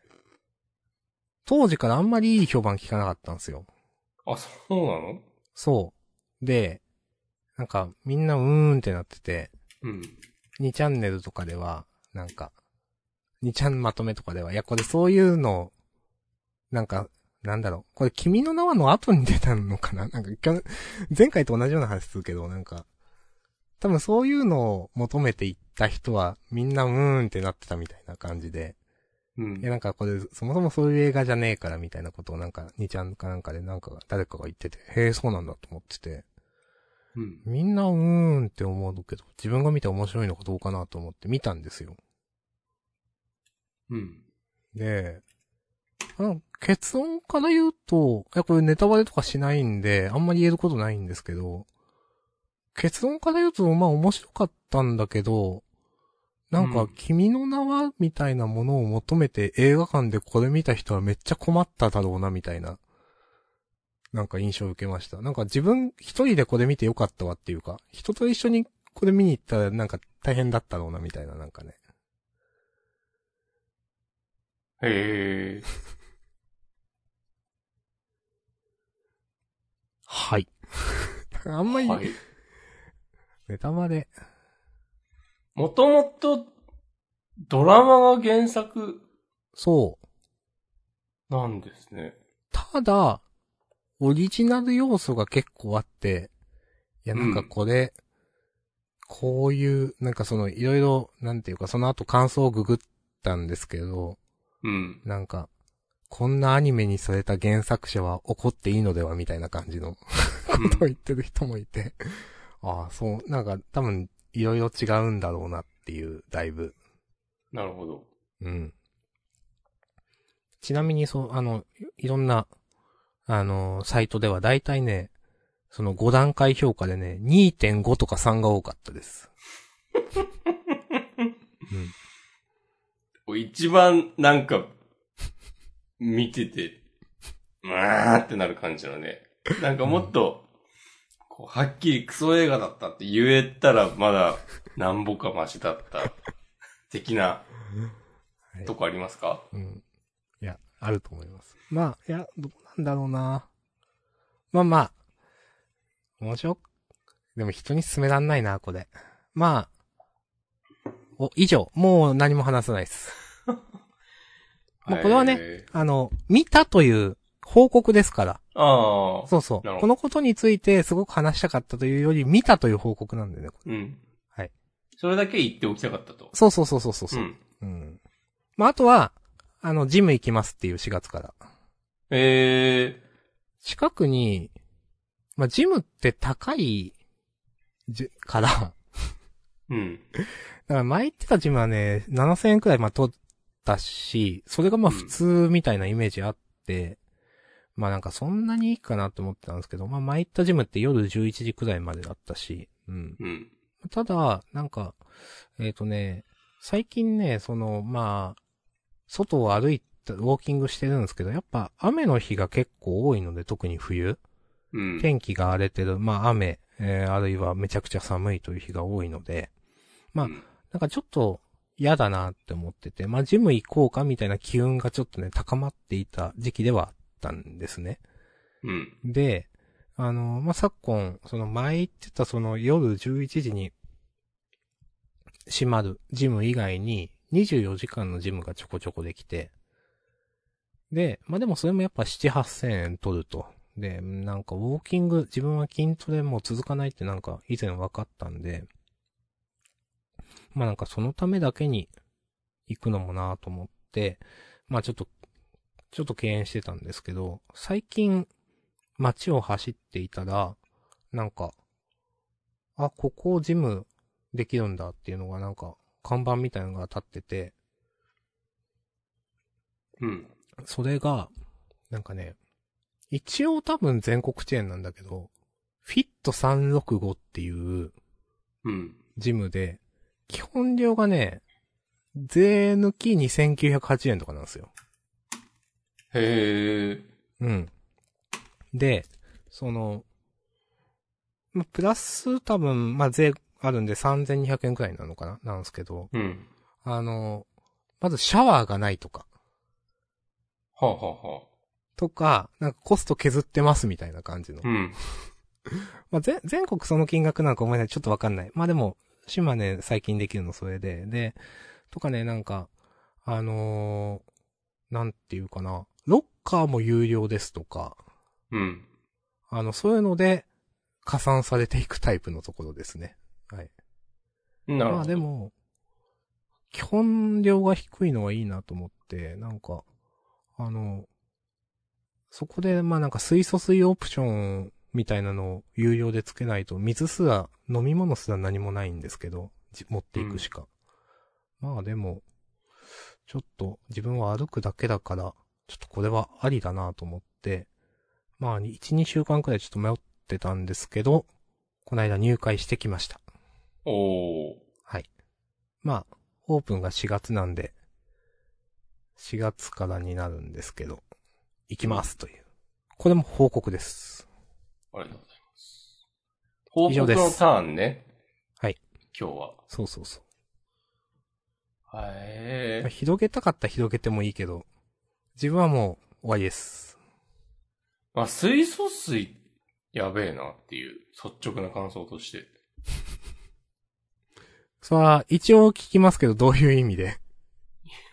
Speaker 2: 当時からあんまりいい評判聞かなかったんですよ。
Speaker 1: あ、そうなの
Speaker 2: そう。で、なんかみんなうーんってなってて、
Speaker 1: うん。
Speaker 2: 2チャンネルとかでは、なんか、2チャンまとめとかでは、いや、これそういうの、なんか、なんだろう、これ君の名はの後に出たのかななん か、去前回と同じような話するけど、なんか、多分そういうのを求めていった人は、みんなうーんってなってたみたいな感じで、
Speaker 1: うん
Speaker 2: いや、。なんかこれ、そもそもそういう映画じゃねえからみたいなことをなんか、2ちゃんかなんかでなんかが、誰かが言ってて、へえ、そうなんだと思ってて、
Speaker 1: うん。
Speaker 2: みんなうーんって思うけど、自分が見て面白いのかどうかなと思って見たんですよ。
Speaker 1: うん。
Speaker 2: で、うん結論から言うと、いや、これネタバレとかしないんで、あんまり言えることないんですけど、結論から言うと、まあ面白かったんだけど、なん
Speaker 1: う
Speaker 2: か
Speaker 1: ん、
Speaker 2: 君の名はみたいなものを求めて映画館でこれ見た人はめっちゃ困っただろうな、みたいな、なんか印象を受けました。なんか自分一人でこれ見てよかったわっていうか、人と一緒にこれ見に行ったらなんか大変だったろうな、みたいな、なんかね。
Speaker 1: へえ。
Speaker 2: はい。 あんまり、
Speaker 1: はい。
Speaker 2: ネタバレ。
Speaker 1: もともと、ドラマが原作
Speaker 2: そう。
Speaker 1: なんですね。
Speaker 2: ただ、オリジナル要素が結構あって、いや、なんかこれ、こういう、なんかその、いろいろ、なんていうか、その後感想をググったんですけど、
Speaker 1: うん。
Speaker 2: なんか、こんなアニメにされた原作者は怒っていいのではみたいな感じのことを言ってる人もいて、ああ、そう、なんか多分、いろいろ違うんだろうなっていう、だいぶ。
Speaker 1: なるほど。
Speaker 2: うん。ちなみに、そう、あの、いいろんな、あの、サイトでは大体ね、その5段階評価でね、2.5とか3が多かったです。うん。
Speaker 1: 一番なんか、見てて、うわーってなる感じのね。なんかもっと、こうはっきりクソ映画だったって言えたらまだなんぼかマシだった。的な
Speaker 2: はい、
Speaker 1: とこありますか
Speaker 2: うん。いや、あると思います。まあ、いや、どうなんだろうな。まあまあ。面白く。でも人に勧めらんないな、これ。まあ。お、以上。もう何も話さない です。もうこれはね
Speaker 1: え
Speaker 2: あの、見たという報告ですから。
Speaker 1: ーああ。
Speaker 2: そうそ
Speaker 1: なるほど
Speaker 2: う。このことについてすごく話したかったというより、見たという報告なんでね。これ
Speaker 1: うん。
Speaker 2: はい。
Speaker 1: それだけ言っておきたかったと。
Speaker 2: そうそうそうそうそう
Speaker 1: う
Speaker 2: そう。
Speaker 1: ん。
Speaker 2: うん。まあ、あとは、あの、ジム行きますっていう4月から。
Speaker 1: え
Speaker 2: 近くに、まあ、ジムって高い、じ、から、だか
Speaker 1: ー、うん。
Speaker 2: ら前行ってたジムはね、7000円くらいまあ、取ったし、それがまあ
Speaker 1: うん
Speaker 2: 普通みたいなイメージあって、まあなんかそんなにいいかなと思ってたんですけど、まあ前行ったジムって夜11時くらいまでだったし、うん。
Speaker 1: うん。
Speaker 2: ただ、なんか、えっ、とね、最近ね、その、まあ、外を歩いた、ウォーキングしてるんですけど、やっぱ雨の日が結構多いので、特に冬。
Speaker 1: うん。
Speaker 2: 天気が荒れてる、まあ雨、えーあるいはめちゃくちゃ寒いという日が多いので、まあ
Speaker 1: うん
Speaker 2: なんかちょっと嫌だなって思ってて、まあジム行こうかみたいな機運がちょっとね、高まっていた時期ではあったんですね。
Speaker 1: うん。
Speaker 2: で、あの、まあ、昨今、その前言ってたその夜11時に閉まるジム以外に24時間のジムがちょこちょこできて、で、まあ、でもそれもやっぱ7、8000円取ると。で、なんかウォーキング、自分は筋トレもう続かないってなんか以前分かったんで、まあ、なんかそのためだけに行くのもなぁと思って、まあ、ちょっと、ちょっと敬遠してたんですけど、最近、街を走っていたら、なんか、あ、ここをジムできるんだっていうのがなんか、看板みたいなのが立ってて、
Speaker 1: うん。
Speaker 2: それが、なんかね、一応多分全国チェーンなんだけど、フィット365っていう、
Speaker 1: うん。
Speaker 2: ジムで、基本料がね、税抜き2908円とかなんですよ。
Speaker 1: へえ。
Speaker 2: うん。で、その、まプラス多分、まあ、税あるんで3200円くらいなのかななんですけど、
Speaker 1: うん。
Speaker 2: あの、まずシャワーがないとか、
Speaker 1: はあ、はあはあ、
Speaker 2: とか、なんかコスト削ってますみたいな感じの
Speaker 1: う。ん。
Speaker 2: まあ、全、全国その金額なのかごめんなさい、ちょっとわかんない。まあ、でも、島根最近できるのそれで、で、とかね、なんか、あのーなんていうかな、ロッカーも有料ですとか、
Speaker 1: うん。
Speaker 2: あの、そういうので、加算されていくタイプのところですね。はい。
Speaker 1: なるほど。
Speaker 2: まあで。も、基本量が低いのはいいなと思って、なんか、あの、そこで、まあなんか水素水オプションみたいなのを有料でつけないと、水すら、飲み物すら何もないんですけど、じ持っていくしか。まあでも、ちょっと自分は歩くだけだから、ちょっとこれはありだなと思って、まあ1、2週間くらいちょっと迷ってたんですけど、この間入会してきました。
Speaker 1: おー。
Speaker 2: はい。まあ、オープンが4月なんで、4月からになるんですけど、行きますという。これも報告です。
Speaker 1: ありがとうございます。報
Speaker 2: 以上
Speaker 1: 告
Speaker 2: です
Speaker 1: のターンね。
Speaker 2: はい。
Speaker 1: 今日は。
Speaker 2: そうそうそ
Speaker 1: へ
Speaker 2: う。
Speaker 1: え。
Speaker 2: 広げたかったら広げてもいいけど、自分はもう終わりです。
Speaker 1: あ、水素水、やべえなっていう、率直な感想として。
Speaker 2: それは一応聞きますけど、どういう意味で。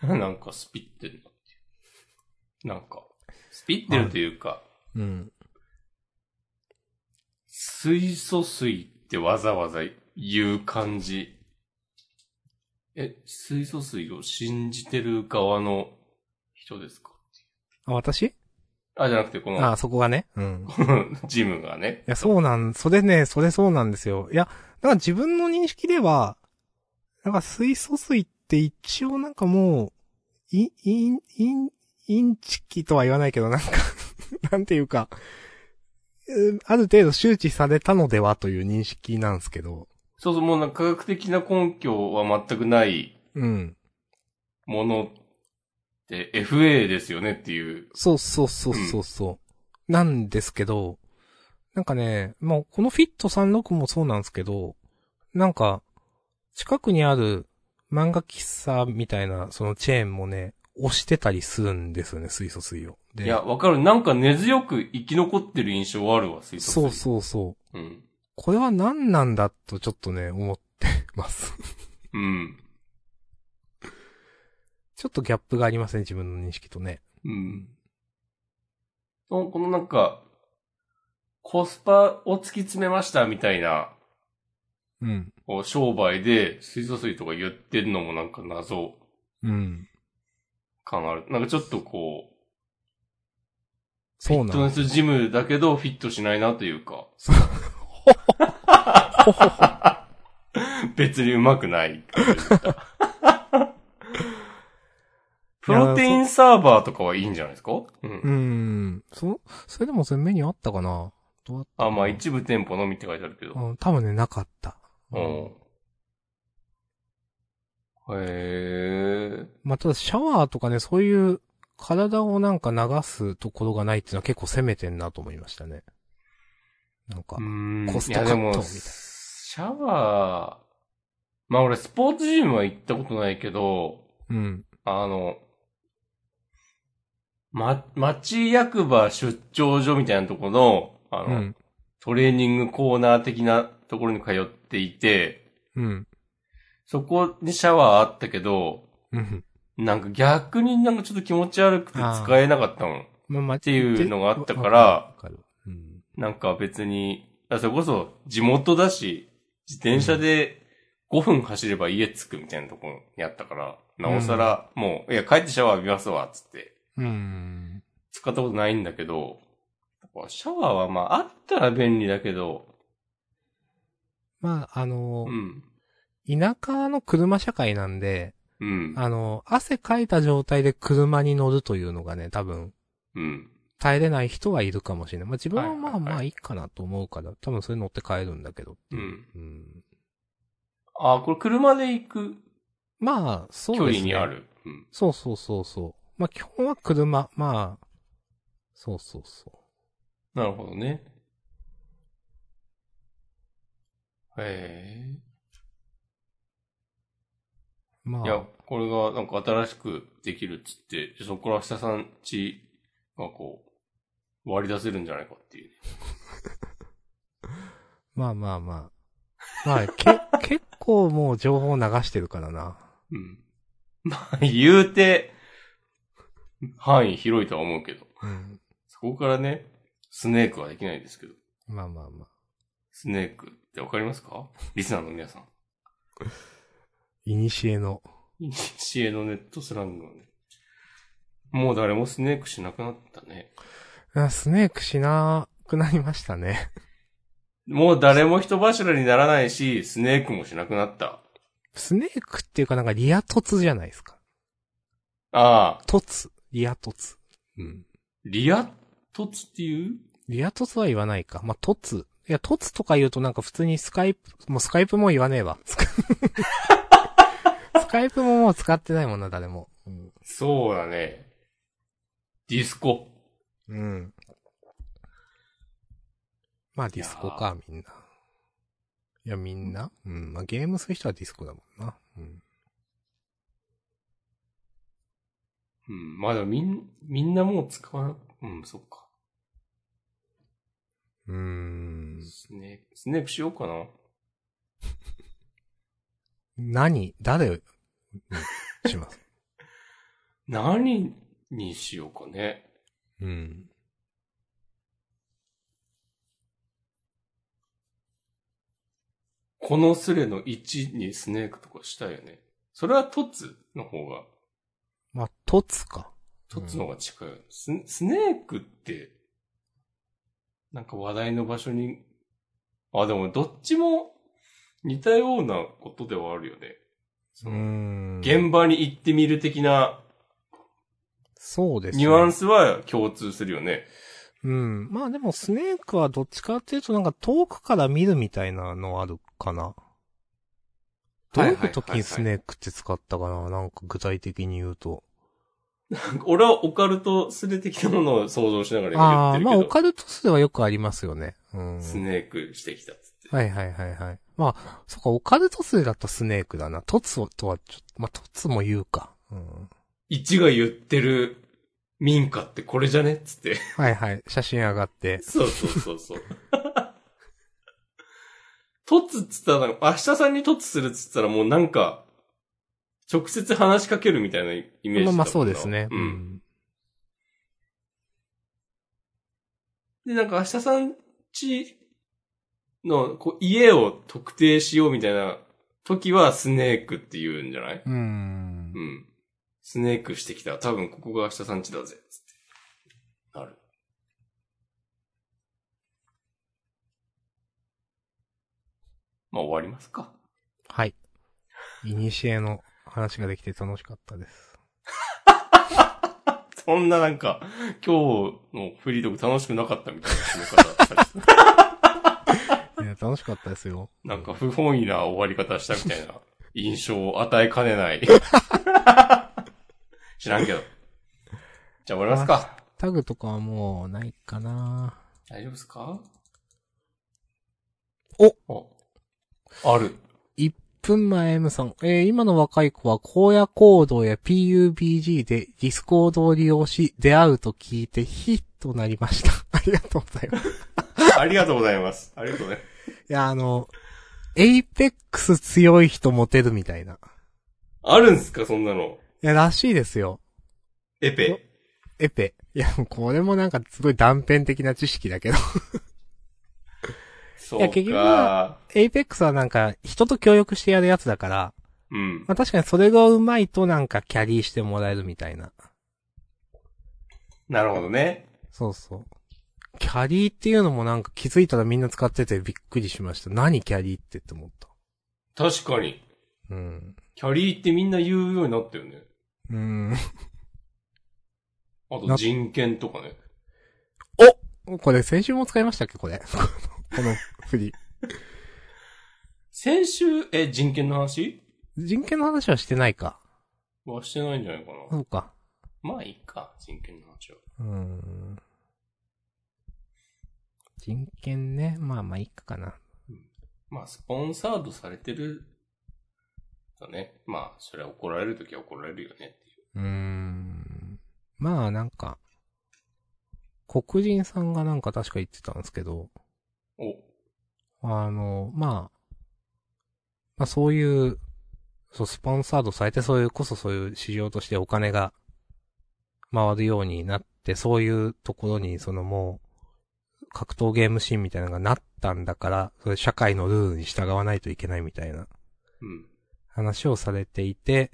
Speaker 1: なんかスピってるなっていう。なんか、スピってるというか、
Speaker 2: うん。
Speaker 1: 水素水ってわざわざ言う感じ。え、水素水を信じてる側の人ですか
Speaker 2: あ、私
Speaker 1: あ、じゃなくてこ
Speaker 2: あ
Speaker 1: の、
Speaker 2: そこがね。うん。
Speaker 1: ジムがね。
Speaker 2: いや、そうなん、それね、それそうなんですよ。いや、なんか自分の認識では、なんか水素水って一応なんかもう、い、いん、いん、インチキとは言わないけど、なんか、 なんていうか、うんある程度周知されたのではという認識なんですけど、
Speaker 1: そうそう、もうなんか科学的な根拠は全くない
Speaker 2: うん。
Speaker 1: ものって、FA ですよねっていう。
Speaker 2: そうそうそうそうそう。なんですけど、なんかね、もうこのフィット36もそうなんですけど、なんか、近くにある漫画喫茶みたいなそのチェーンもね、押してたりするんですよね、水素水を。で
Speaker 1: いや、わかる。なんか根強く生き残ってる印象はあるわ、水素水。
Speaker 2: そうそうそう。
Speaker 1: う。うん。
Speaker 2: これは何なんだとちょっとね、思ってます。
Speaker 1: うん。
Speaker 2: ちょっとギャップがありますね、自分の認識とね。
Speaker 1: うん。のこのなんか、コスパを突き詰めましたみたいな、
Speaker 2: うん。
Speaker 1: こう商売で水素水とか言ってるのもなんか謎
Speaker 2: うん。
Speaker 1: 感ある。なんかちょっとこう、
Speaker 2: そ
Speaker 1: フ
Speaker 2: う
Speaker 1: ィッ
Speaker 2: な
Speaker 1: ト
Speaker 2: の
Speaker 1: ネ。スジムだけどフィットしないなという か。別にうまく ない。プロテインサーバーとかはいいんじゃないですかうん
Speaker 2: う。ん。そ、それでもそれ目にあったかなどうだったか
Speaker 1: あ、
Speaker 2: な
Speaker 1: まあ一部店舗のみって書いてあるけど。
Speaker 2: うん、多分ね、なかった。
Speaker 1: うん。へえ。
Speaker 2: まあ、ただシャワーとかね、そういう体をなんか流すところがないっていうのは結構攻めてんなと思いましたね。なんか
Speaker 1: う、ん。
Speaker 2: コス
Speaker 1: い
Speaker 2: トカ
Speaker 1: や
Speaker 2: ット
Speaker 1: で
Speaker 2: み
Speaker 1: も
Speaker 2: たいな
Speaker 1: シャワー、まあ俺スポーツジムは行ったことないけど、
Speaker 2: うん。
Speaker 1: あの、ま、町役場出張所みたいなところの、あ
Speaker 2: う
Speaker 1: の、
Speaker 2: ん。
Speaker 1: トレーニングコーナー的なところに通っていて、
Speaker 2: うん。
Speaker 1: そこにシャワーあったけど、
Speaker 2: うん。
Speaker 1: なんか逆になんかちょっと気持ち悪くて使えなかったの。
Speaker 2: まあ、まあ、って
Speaker 1: いうのがあったから
Speaker 2: わかる。わかるうん。
Speaker 1: なんか別に、あそれこそ地元だし、自転車で5分走れば家着くみたいなところにあったから、なおさら、もう、いや帰ってシャワー浴びますわ、つって。
Speaker 2: うん。
Speaker 1: 使ったことないんだけど、シャワーはまああったら便利だけど、
Speaker 2: まあ、あの
Speaker 1: う、ん。
Speaker 2: 田舎の車社会なんで、
Speaker 1: うん。
Speaker 2: あの、汗かいた状態で車に乗るというのがね、多分、
Speaker 1: うん。
Speaker 2: 耐えれない人はいるかもしれない。まあ、自分はま
Speaker 1: は
Speaker 2: あ
Speaker 1: いはいはい
Speaker 2: まあいいかなと思うから、多分それ乗って帰るんだけどっていう
Speaker 1: うん
Speaker 2: うん。
Speaker 1: あ、これ車で行く
Speaker 2: まあ、そう
Speaker 1: 距
Speaker 2: ですね。
Speaker 1: 離にある。うん。
Speaker 2: そうそうそうそう。まあ、基本は車。まあ、そうそうそ
Speaker 1: なるほどね。へ
Speaker 2: う。ま
Speaker 1: え。
Speaker 2: あ、
Speaker 1: いや、これがなんか新しくできるっつって、そこから下さんちがこう、割り出せるんじゃないかっていう。
Speaker 2: まあまあまあ。まあ、け、 結構もう情報を流してるからな。
Speaker 1: うん。 まあ、言うて、範囲広いとは思うけど。
Speaker 2: うん。
Speaker 1: そこからね、スネークはできないですけど。
Speaker 2: まあまあまあ。
Speaker 1: スネークってわかりますかリスナーの皆さん。
Speaker 2: いにしえの。
Speaker 1: いにしえのネットスラングをね。もう誰もスネークしなくなったね。
Speaker 2: あスネークしなくなりましたね。
Speaker 1: もう誰も人柱にならないし、スネークもしなくなった。
Speaker 2: スネークっていうかなんかリア突じゃないですか。
Speaker 1: ああ、
Speaker 2: 突。リア突。うん。
Speaker 1: リア突っていう
Speaker 2: リア突は言わないか。まあ、突。いや、突とか言うとなんか普通にスカイプ、もうスカイプも言わねえわ。 スカスカイプももう使ってないもんな、誰も。うん。
Speaker 1: そうだね。ディスコ。
Speaker 2: うん。まあディスコか、みんな。いや、みんな。うん。まあゲームする人はディスコだもんな。うん。
Speaker 1: うん、まあでもみん、みんなもう使わな、うん、そっか。
Speaker 2: うーん。
Speaker 1: スネーク、スネークしようかな。
Speaker 2: 何誰を、うんします。
Speaker 1: 何にしようかね。
Speaker 2: うん。
Speaker 1: このスレの1にスネークとかしたいよね。それはトツの方が、
Speaker 2: まあ、トツか。
Speaker 1: トツの方が近いよね、ススネークって、なんか話題の場所に、あ、でもどっちも似たようなことではあるよね。
Speaker 2: う
Speaker 1: そ
Speaker 2: ー
Speaker 1: の
Speaker 2: ん。
Speaker 1: 現場に行ってみる的な
Speaker 2: そうです
Speaker 1: ニュアン
Speaker 2: ス。
Speaker 1: スは共通するよね。
Speaker 2: うん。まあでもスネークはどっちかっていうとなんか遠くから見るみたいなのあるかな。どういう時にスネークって使ったかななんか具体的に言うと。
Speaker 1: 俺はオカルトスレ的なものを想像しなが
Speaker 2: あ
Speaker 1: ら
Speaker 2: あ、
Speaker 1: 今
Speaker 2: まあ
Speaker 1: 言ってる
Speaker 2: オ
Speaker 1: けど、
Speaker 2: カルトスではよくありますよね。うん。
Speaker 1: スネークしてきたっつって。
Speaker 2: はいはいはいはい。まあ、そっか、オカルトスだったらスネークだな。トツとはちょっと、まあトツも言うか。うん。
Speaker 1: 一が言ってる民家ってこれじゃねっつって。
Speaker 2: はいはい。写真上がって。
Speaker 1: そうそうそう そう。突っつったら、明日さんに突するっつったらもうなんか、直接話しかけるみたいなイメージだもん
Speaker 2: まあ
Speaker 1: な
Speaker 2: まあそうですね。
Speaker 1: うん。で、なんか明日さんちのこう家を特定しようみたいな時はスネークって言うんじゃない
Speaker 2: うん。うん
Speaker 1: う。ん。スネークしてきた。多分ここが明日さんちだぜ。つって。なる。まあ終わりますか。
Speaker 2: はい。いにしえの話ができて楽しかったです。
Speaker 1: そんななんか、今日のフリートーク楽しくなかったみたいな締め方 されてた
Speaker 2: いや、楽しかったですよ。
Speaker 1: なんか不本意な終わり方したみたいな印象を与えかね ない。知らんけど。じゃあ終わりますか。
Speaker 2: タグとかはもうないかな
Speaker 1: 大丈夫ですか
Speaker 2: お
Speaker 1: ある。
Speaker 2: 1分前 M さん。えー、今の若い子は荒野行動や PUBG でディスコードを利用し出会うと聞いてヒッとなりました。 ありがとうございます。い
Speaker 1: ありがとうございます。ありがとうね。
Speaker 2: や、あの、エイペックス強い人モテるみたいな。
Speaker 1: あるんすかそんなの。
Speaker 2: いや、らしいですよ。
Speaker 1: エペ。
Speaker 2: エペ。いや、もうこれもなんかすごい断片的な知識だけど。
Speaker 1: そ
Speaker 2: いや結局は。エイペックスはなんか人と協力してやるやつだから、
Speaker 1: うん
Speaker 2: ま。あ確かにそれがうまいとなんかキャリーしてもらえるみたいな。
Speaker 1: なるほどね。
Speaker 2: そうそう。キャリーっていうのもなんか気づいたらみんな使っててびっくりしました。何キャリーってって思った。
Speaker 1: 確かに。
Speaker 2: うん。
Speaker 1: キャリーってみんな言うようになったよね。
Speaker 2: うん。
Speaker 1: あと
Speaker 2: な
Speaker 1: 人権とかね。
Speaker 2: これ先週も使いましたっけこれ。この振り。
Speaker 1: 先週、え、人権の話
Speaker 2: 人権の話はしてないか。
Speaker 1: はしてないんじゃないか
Speaker 2: そ
Speaker 1: な。
Speaker 2: うか。
Speaker 1: まあいいか、人権の話は。
Speaker 2: うーん。人権ね。まあまあいいかな。
Speaker 1: まあ、スポンサードされてる、だね。まあ、それは怒られるときは怒られるよねっていう
Speaker 2: ーん。まあなんか、黒人さんがなんか確か言ってたんですけど、
Speaker 1: う。
Speaker 2: あの、まあ、まあそういう、そう、スポンサードされて、そういう、こそそういう市場としてお金が回るようになって、そういうところに、そのもう、格闘ゲームシーンみたいなのがなったんだから、それ社会のルールに従わないといけないみたいな
Speaker 1: お、うん。
Speaker 2: 話をされていて、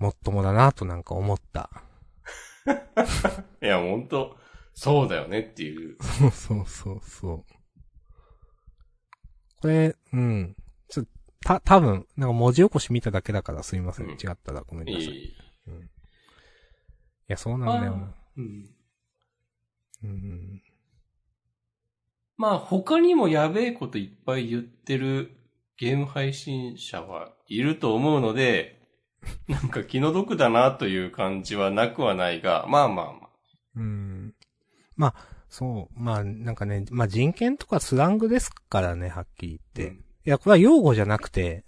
Speaker 2: もっともだなとなんか思った。
Speaker 1: いや、ほんと、そうだよねっていう。
Speaker 2: そうそうそうそう。これ、うん。ちょ、た、多分なんか文字起こし見ただけだからすいません。
Speaker 1: うん
Speaker 2: 違ったらごめん
Speaker 1: い
Speaker 2: なさい。い
Speaker 1: い。
Speaker 2: や、そうなんだよな。
Speaker 1: うん。
Speaker 2: うん。
Speaker 1: まあ、他にもやべえこといっぱい言ってるゲーム配信者はいると思うので、 なんか気の毒だなという感じはなくはないが、まあまあまあ。
Speaker 2: うん。まあ、そう。まあ、なんかね、まあ人権とかスラングですからね、はっきり言って。いや、これは用語じゃなくて、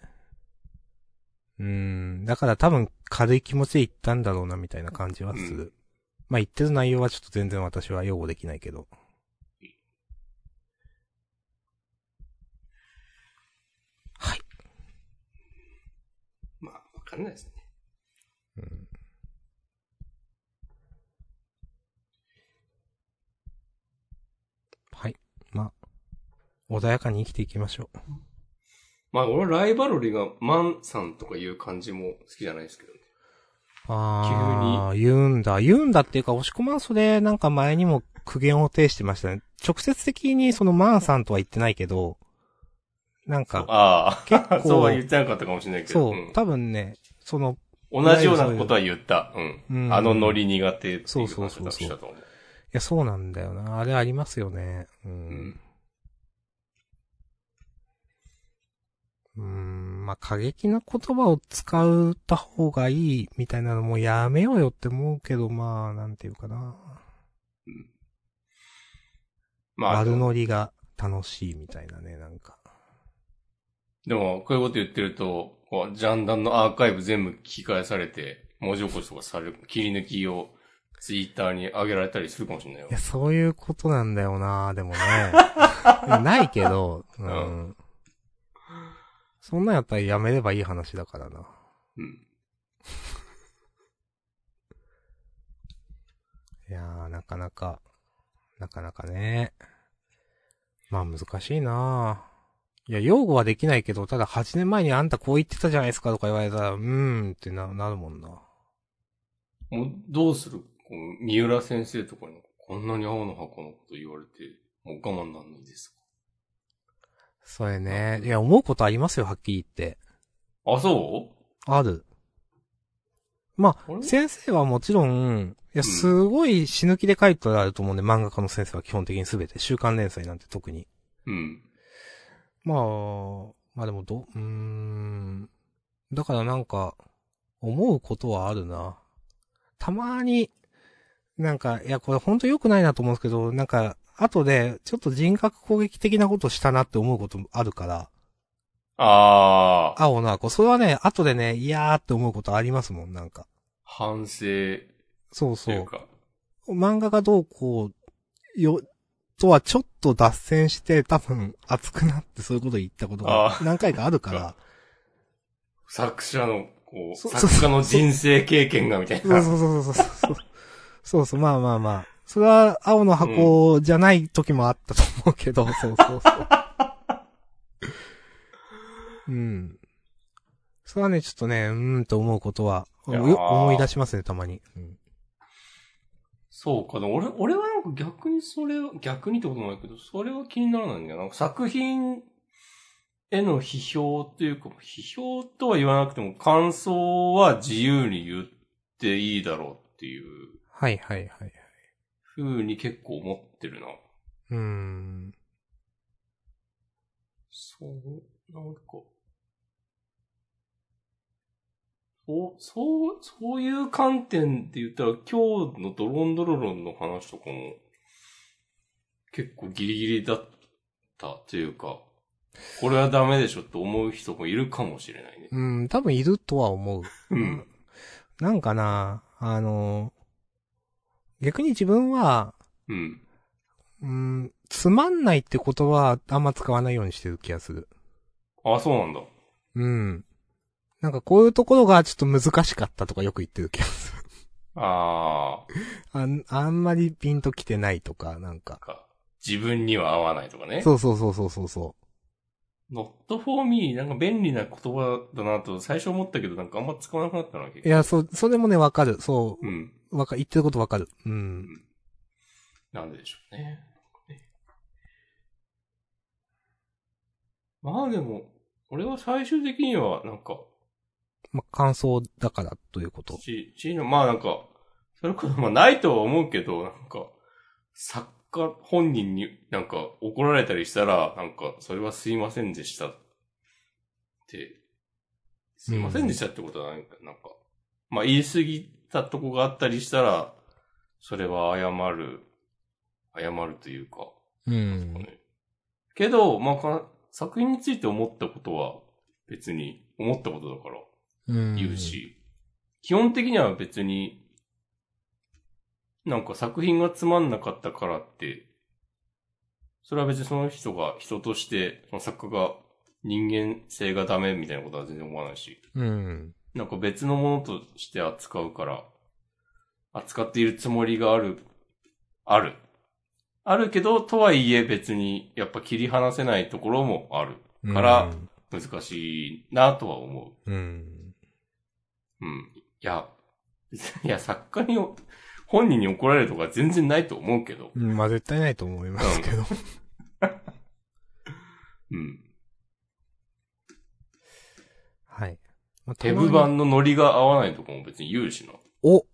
Speaker 2: うん。だから多分軽い気持ちで言ったんだろうな、みたいな感じはする。
Speaker 1: うん
Speaker 2: まあ言ってる内容はちょっと全然私は擁護できないけど。
Speaker 1: まあ、わかんないですね。
Speaker 2: うんはい。まあ、穏やかに生きていきましょう。
Speaker 1: まあ、俺はライバルリがマンさんとかいう感じも好きじゃないですけどね。
Speaker 2: ああ、言うんだ。言うんだっていうか、押し込まんそれ、なんか前にも苦言を呈してましたね。直接的にそのマンさんとは言ってないけど、なんか、
Speaker 1: ああ、
Speaker 2: 構
Speaker 1: そうは言ってなかったかもしれないけど。
Speaker 2: そうう、
Speaker 1: ん
Speaker 2: 多分ね、その、
Speaker 1: 同じようなことは言った。うん。
Speaker 2: うん
Speaker 1: あのノリ苦手っていう
Speaker 2: そう
Speaker 1: 話
Speaker 2: そう
Speaker 1: だ
Speaker 2: そうそう
Speaker 1: したと思う。
Speaker 2: いや、そうなんだよな。あれありますよね。う
Speaker 1: うん
Speaker 2: ん。うん、まあ、過激な言葉を使った方がいいみたいなのもやめようよって思うけど、まあ、なんていうかな。
Speaker 1: まあ、
Speaker 2: 悪ノリが楽しいみたいなね、なんか。
Speaker 1: でも、こういうこと言ってると、こうジャンダンのアーカイブ全部聞き返されて、文字起こしとかされる、切り抜きをツイッターに上げられたりするかもしれないよ
Speaker 2: いや、。そういうことなんだよな、 でもね。ないけど、うん。そんなんやったらやめればいい話だからな。
Speaker 1: うん。
Speaker 2: いやー、なかなか、なかなかね。まあ難しいなあいや、擁護はできないけど、ただ8年前にあんたこう言ってたじゃないですかとか言われたら、うーんってな、なるもんな。
Speaker 1: もう、どうするこう三浦先生とかに、こんなに青の箱のこと言われて、もう我慢なんないです
Speaker 2: それね。いや、思うことありますよ、はっきり言って。
Speaker 1: か。あ、そ
Speaker 2: ある。ま
Speaker 1: あれ
Speaker 2: あ、先生はもちろん、いや、すごい死ぬ気で書いてあると思うんで、漫画家の先生は基本的に全て、週刊連載なんて特に。
Speaker 1: ううん。
Speaker 2: まあ、まあでもど、うーん。だからなんか、思うことはあるな。たまに、なんか、いや、これほんと良くないなと思うんですけど、なんか、後で、ちょっと人格攻撃的なことしたなって思うこともあるから、
Speaker 1: ああ、
Speaker 2: 青な、こう、それはね、後でね、いやーって思うことありますもん、なんか。
Speaker 1: 反省
Speaker 2: そう
Speaker 1: と
Speaker 2: そ
Speaker 1: いう
Speaker 2: う。
Speaker 1: か。
Speaker 2: 漫画がどうこう、よ、とはちょっと脱線して、多分、熱くなってそういうこと言ったこと
Speaker 1: あ
Speaker 2: が
Speaker 1: ー
Speaker 2: 何回かあるから、
Speaker 1: 作者の、こう、
Speaker 2: そ
Speaker 1: 作家の人生経験がみたい
Speaker 2: そう
Speaker 1: な。
Speaker 2: そうそうそうそう。そうそう、まあまあまあ。それは青の箱じゃない時もあったと思うけど、そうそうそう。うん。それはね、ちょっとね、うーんと思うことは、
Speaker 1: い
Speaker 2: よ
Speaker 1: やー
Speaker 2: 思い出しますね、たまに。うん
Speaker 1: そうかな。俺、俺はなんか逆にそれは、逆にってことないけど、それは気にならないんだよな。なんか作品への批評というか、批評とは言わなくても、感想は自由に言っていいだろうっていう
Speaker 2: はいはいはい。
Speaker 1: ふうに結構思ってるな。
Speaker 2: うーん。
Speaker 1: そう、なんか、お、そう、そういう観点で言ったら、今日のドロンドロロンの話とかも、結構ギリギリだったというか、これはダメでしょって思う人もいるかもしれないね。
Speaker 2: うん、多分いるとは思う。
Speaker 1: うん。
Speaker 2: なんかな、あの、逆に自分は、
Speaker 1: うん。
Speaker 2: うん、つまんないって言葉はあんま使わないようにしてる気がする。
Speaker 1: あ、そうなんだ。
Speaker 2: うん。なんかこういうところがちょっと難しかったとかよく言ってる気がする。
Speaker 1: あー
Speaker 2: あんあんまりピンときてないとか、なんか。
Speaker 1: か。自分には合わないとかね。
Speaker 2: そうそうそうそうそうそ
Speaker 1: not for me なんか便利な言葉だなと最初思ったけどなんかあんま使わなくなったな、結
Speaker 2: う。い
Speaker 1: 局。
Speaker 2: や、そう、それもね、わかる。そ
Speaker 1: うん。
Speaker 2: う、わか、言ってることわかる。うん。
Speaker 1: なんででしょうね。まあでも、俺は最終的にはなんか、
Speaker 2: ま、感想だからということ。
Speaker 1: し、しの、まあなんか、それこそまあないとは思うけど、なんか、作家本人になんか怒られたりしたら、なんか、それはすいませんでしたって、すいませんでしたってことはなんか、なんか、まあ言い過ぎたとこがあったりしたら、それは謝る、謝るというか、
Speaker 2: うん。
Speaker 1: ねけど、まあか、作品について思ったことは別に思ったことだから、
Speaker 2: うん。
Speaker 1: 言う。し、基本的には別に、なんか作品がつまんなかったからって、それは別にその人が人として、その作家が人間性がダメみたいなことは全然思わないし、
Speaker 2: うん。
Speaker 1: なんか別のものとして扱うから、扱っているつもりがある、ある。あるけど、とはいえ別にやっぱ切り離せないところもある。から、難しいなとは思う。
Speaker 2: うん。
Speaker 1: うん。いや、 いや、作家に、本人に怒られるとか全然ないと思うけど。
Speaker 2: うん、まあ、絶対ないと思いますけど。
Speaker 1: うん。
Speaker 2: はい。まあ
Speaker 1: テブ。版のノリが合わないとかも別に言うしな。
Speaker 2: お、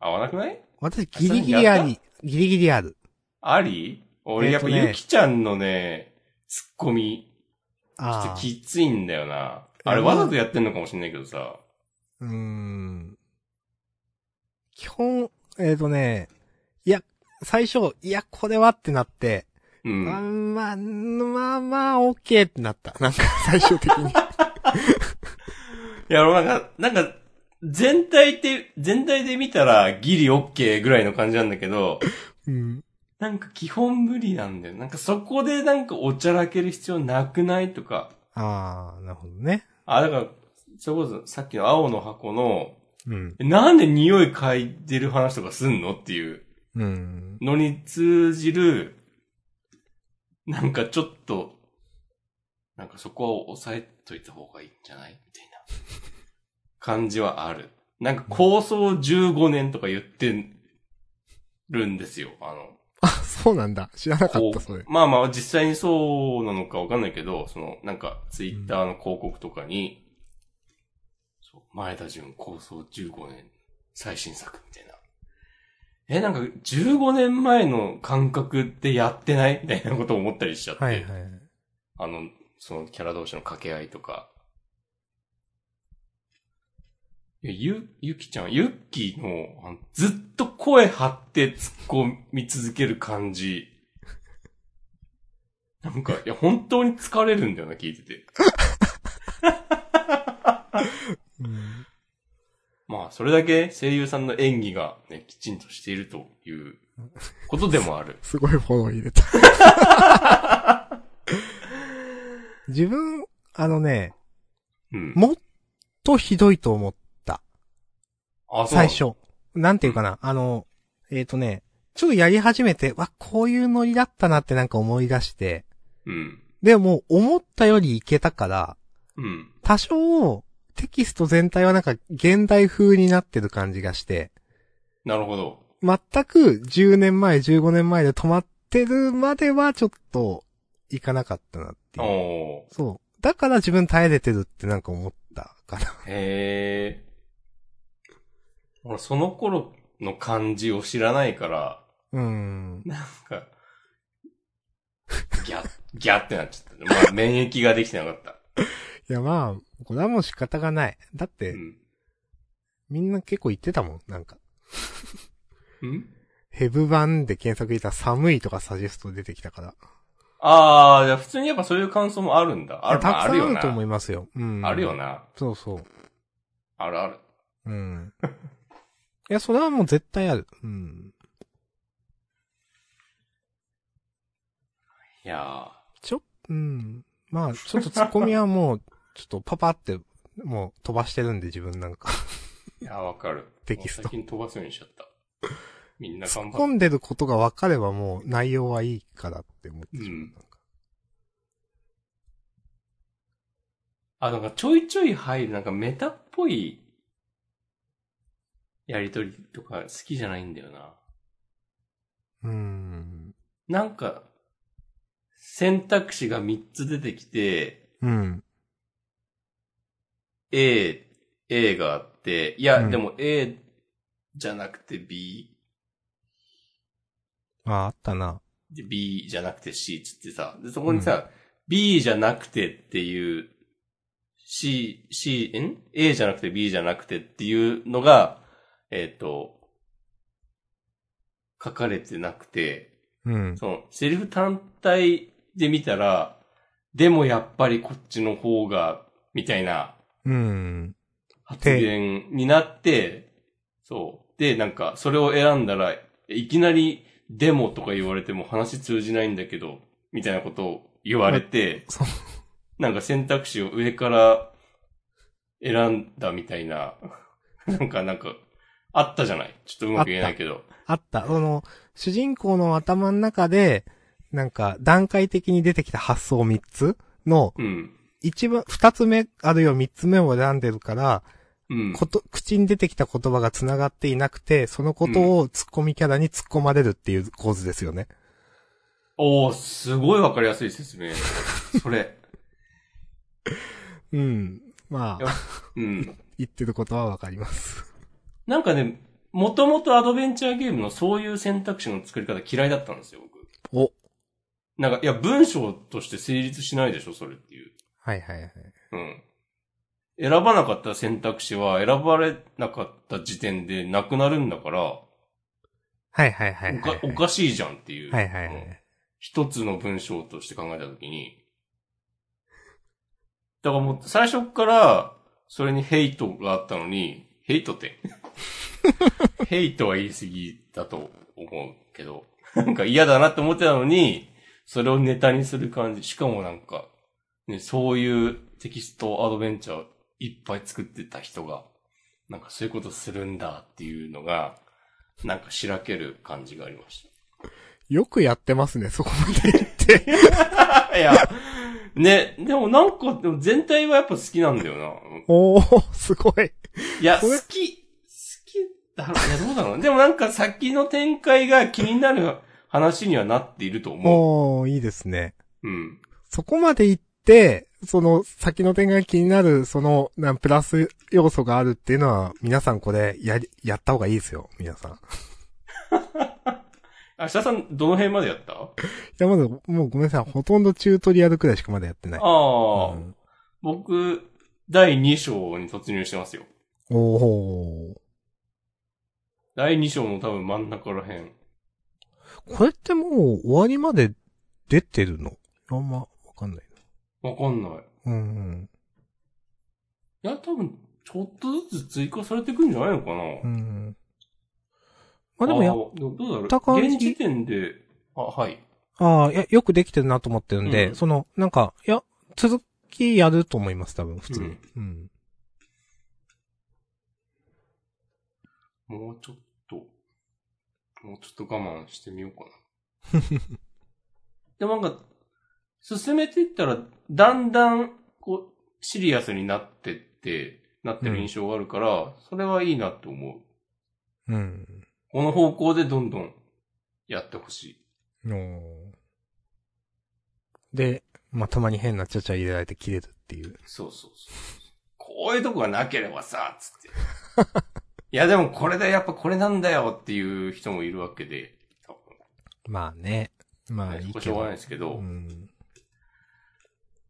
Speaker 1: 合わなくない
Speaker 2: 私ギリギリあり、ギリギリある。
Speaker 1: あり俺
Speaker 2: え
Speaker 1: や
Speaker 2: ー
Speaker 1: っ
Speaker 2: と
Speaker 1: ぱ
Speaker 2: ね
Speaker 1: ゆきちゃんのね、ツッコミ、ちょっ
Speaker 2: あ
Speaker 1: と
Speaker 2: あ。
Speaker 1: きついんだよな。あれわざとやってんのかもしんないけどさ。
Speaker 2: うーん。基本、えっ、とね、いや、最初、いや、これはってなって、
Speaker 1: う
Speaker 2: あ
Speaker 1: ん。
Speaker 2: ん、まあ、まあまあ、オッケーってなった。なんか、 最終的に。
Speaker 1: いや、俺なんか、なんか、全体って、全体で見たらギリオッケーぐらいの感じなんだけど、
Speaker 2: うん。
Speaker 1: なんか基本無理なんだよ。なんかそこでなんかおちゃらける必要なくないとか。
Speaker 2: ああ、なるほどね。
Speaker 1: あ、だから、それこそさっきの青の箱の、
Speaker 2: うん。
Speaker 1: えなんで匂い嗅いでる話とかすんのっていう
Speaker 2: うん。
Speaker 1: のに通じる、なんかちょっと、なんかそこは抑えといた方がいいんじゃないみたいな感じはある。なんか構想15年とか言ってるんですよ。あの、
Speaker 2: あ、そうなんだ。知らなかっ
Speaker 1: こう
Speaker 2: た、それ。
Speaker 1: まあまあ、実際にそうなのかわかんないけど、その、なんか、ツイッターの広告とかに、そう前田純構想15年最新作みたいな。え、なんか、15年前の感覚でやってないみたいなことを思ったりしちゃって。
Speaker 2: はいはい。
Speaker 1: あの、そのキャラ同士の掛け合いとか。いやゆ、ゆきちゃん、ゆっきーの、あのずっと声張って突っ込み続ける感じ。 なんか、いや、本当に疲れるんだよな、聞いてて。
Speaker 2: うん。。
Speaker 1: まあ、それだけ声優さんの演技がね、きちんとしているということでもある
Speaker 2: すごいフォロー入れた。自分、あのね、
Speaker 1: うん。
Speaker 2: もっとひどいと思って
Speaker 1: あ、そうな
Speaker 2: 最
Speaker 1: の。
Speaker 2: 初。なんていうかな、あの、えっ、とね、ちょっとやり始めて、わ、こういうノリだったなってなんか思い出して、
Speaker 1: うん。
Speaker 2: でも思ったよりいけたから、
Speaker 1: うん。
Speaker 2: 多少、テキスト全体はなんか現代風になってる感じがして、
Speaker 1: なるほど。
Speaker 2: 全く10年前、15年前で止まってるまではちょっと、いかなかったなっていう。
Speaker 1: おー。
Speaker 2: そう。だから自分耐えれてるってなんか思ったかな。
Speaker 1: へえ。俺、その頃の感じを知らないから、
Speaker 2: うーん。
Speaker 1: なんか、 ギャッ、ギャッってなっちゃった。まあ、免疫ができてなかった。
Speaker 2: いやまあ、これはもう仕方がない。だって、
Speaker 1: うん。
Speaker 2: みんな結構言ってたもん、なんか。
Speaker 1: うん
Speaker 2: ヘブ版で検索入れたら寒いとかサジェスト出てきたから。
Speaker 1: ああ、じゃあ普通にやっぱそういう感想もあるんだ。ある、ま
Speaker 2: た
Speaker 1: あ、あ
Speaker 2: くさ
Speaker 1: る
Speaker 2: んあ
Speaker 1: よ
Speaker 2: る
Speaker 1: な。
Speaker 2: と思いますよ。うん。
Speaker 1: あるよ。な。
Speaker 2: そうそう。
Speaker 1: あるある。
Speaker 2: うん。 いや、それはもう絶対ある。うん。
Speaker 1: いや
Speaker 2: ちょ、うん。まあ、ちょっとツッコミはもう、ちょっとパパって、もう飛ばしてるんで自分なんか。
Speaker 1: ー、いやーわかる。
Speaker 2: テキス
Speaker 1: も
Speaker 2: ト
Speaker 1: う先に飛ばすようにしちゃった。みんな
Speaker 2: 突
Speaker 1: 頑
Speaker 2: っ
Speaker 1: 張
Speaker 2: 込
Speaker 1: っ
Speaker 2: んでることが分かればもう内容はいいからって思ってしまう。
Speaker 1: うん
Speaker 2: なんか
Speaker 1: あ、なんかちょいちょい入る、なんかメタっぽい、やりとりとか好きじゃないんだよな。
Speaker 2: うん。
Speaker 1: なんか、選択肢が3つ出てきて、
Speaker 2: うん。
Speaker 1: A、A があって、いや、
Speaker 2: うん
Speaker 1: でも A じゃなくて B、
Speaker 2: あ、あったな。
Speaker 1: で B じゃなくて C っつってさ、で、そこにさ、B じゃなくてっていう、C、C、ん ?A じゃなくて B じゃなくてっていうのが、えっ、と、書かれてなくて、
Speaker 2: うん。
Speaker 1: その、セリフ単体で見たら、でもやっぱりこっちの方が、みたいな
Speaker 2: うん。
Speaker 1: 発言になって、そう。で、なんか、それを選んだら、いきなり、でもとか言われても話通じないんだけど、みたいなことを言われて、
Speaker 2: そう。
Speaker 1: なんか選択肢を上から選んだみたいな、なんか、なんか、あったじゃないちょっとうまく言えないけど。
Speaker 2: あった。その、主人公の頭の中で、なんか、段階的に出てきた発想3つの、
Speaker 1: うん。
Speaker 2: 一番、2つ目、あるいは3つ目を選んでるから、
Speaker 1: うん。
Speaker 2: こと、口に出てきた言葉が繋がっていなくて、そのことを突っ込みキャラに突っ込まれるっていう構図ですよね。
Speaker 1: おー、すごいわかりやすい説 明。それ。
Speaker 2: うん。ま
Speaker 1: よ
Speaker 2: あ、
Speaker 1: うん。
Speaker 2: 言ってることはわかります。
Speaker 1: なんかね、もともとアドベンチャーゲームのそういう選択肢の作り方嫌いだったんですよ、僕。
Speaker 2: お。
Speaker 1: なんか、いや、文章として成立しないでしょ、それっていう。
Speaker 2: はいはいはい。
Speaker 1: うん。選ばなかった選択肢は選ばれなかった時点でなくなるんだから、
Speaker 2: はいはいはい
Speaker 1: お
Speaker 2: はい、
Speaker 1: かおかしいじゃんっていう。
Speaker 2: はいはいは
Speaker 1: うん
Speaker 2: い。
Speaker 1: 一つの文章として考えたときに、だからもう最初っから、それにヘイトがあったのに、ヘイトって。ヘイトは言い過ぎだと思うけど、なんか嫌だなって思ってたのに、それをネタにする感じ。しかもなんか、ね、そういうテキストアドベンチャーいっぱい作ってた人が、なんかそういうことするんだっていうのが、なんかしらける感じがありました。
Speaker 2: よくやってますね、そこまで言って。
Speaker 1: いや、ね、でもなんか、でも全体はやっぱ好きなんだよな。
Speaker 2: おー、すごい。
Speaker 1: いや、
Speaker 2: こ
Speaker 1: 好
Speaker 2: れ
Speaker 1: き、好きだろう。いや、どうだ ろう。でもなんか先の展開が気になる話にはなっていると思
Speaker 2: おー、いいですね。
Speaker 1: う。うん。
Speaker 2: そこまで言って、その、先の点が気になる、その、なん、プラス要素があるっていうのは、皆さんこれ、やり、やった方がいいですよ、皆さん。い
Speaker 1: あ、下さん、どの辺までやったあ
Speaker 2: や、まだ、もうごめんなさい、ほとんどチュートリアルくらいしかまだやってない。
Speaker 1: あ、
Speaker 2: うん
Speaker 1: 僕、第2章に突入してますよ。
Speaker 2: おー。
Speaker 1: 第2章の多分真ん中ら辺。
Speaker 2: これってもう、終わりまで出てるのあんま、わかんない
Speaker 1: わかんない。
Speaker 2: な。うん、うん。
Speaker 1: いや、多分、ちょっとずつ追加されてくんじゃないのかな。
Speaker 2: うん。まあでもや
Speaker 1: あ、どうだろう。
Speaker 2: た感じ
Speaker 1: 現時点で、あ、はい。
Speaker 2: ああ、いや、よくできてるなと思ってるんで、
Speaker 1: うん
Speaker 2: その、なんか、いや、続きやると思います、多分、普通に。うん。
Speaker 1: もうちょっと、もうちょっと我慢してみようかな。 でもなんか、進めていったら、だんだん、こう、シリアスになってって、なってる印象があるから、それはいいなと思う。
Speaker 2: うん。
Speaker 1: この方向でどんどんやってほしい。
Speaker 2: おーで、まあ、たまに変なちゃちゃ入れられて切れるっていう。
Speaker 1: そうそうそう。こういうとこがなければさ、つ って。いやでもこれでやっぱこれなんだよっていう人もいるわけで、多分
Speaker 2: まあね。まあ、い
Speaker 1: ね
Speaker 2: い
Speaker 1: そこ
Speaker 2: け
Speaker 1: しょうが
Speaker 2: ど
Speaker 1: ない。ですけど、
Speaker 2: うん。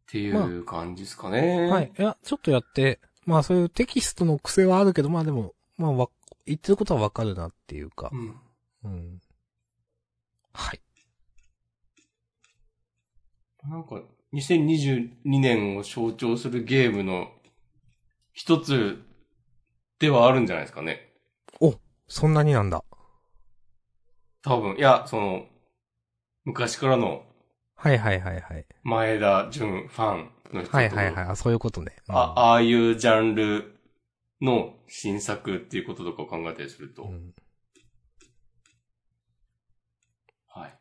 Speaker 1: ていう感じですかね。
Speaker 2: はい。いや、ちょっとやって、まあそういうテキストの癖はあるけど、まあでも、まあわ、言ってることはわかるなっていうか
Speaker 1: う。ん。
Speaker 2: うん。はい。
Speaker 1: なんか、2022年を象徴するゲームの一つではあるんじゃないですかね。
Speaker 2: そんなになんだ。
Speaker 1: 多分、いや、その、昔からの
Speaker 2: はいはいはいはい。
Speaker 1: 前田純ファンの人と、
Speaker 2: はいはいはい。あ、そういうことね。うん
Speaker 1: あ、ああいうジャンルの新作っていうこととかを考えたりすると、
Speaker 2: うん。
Speaker 1: はい。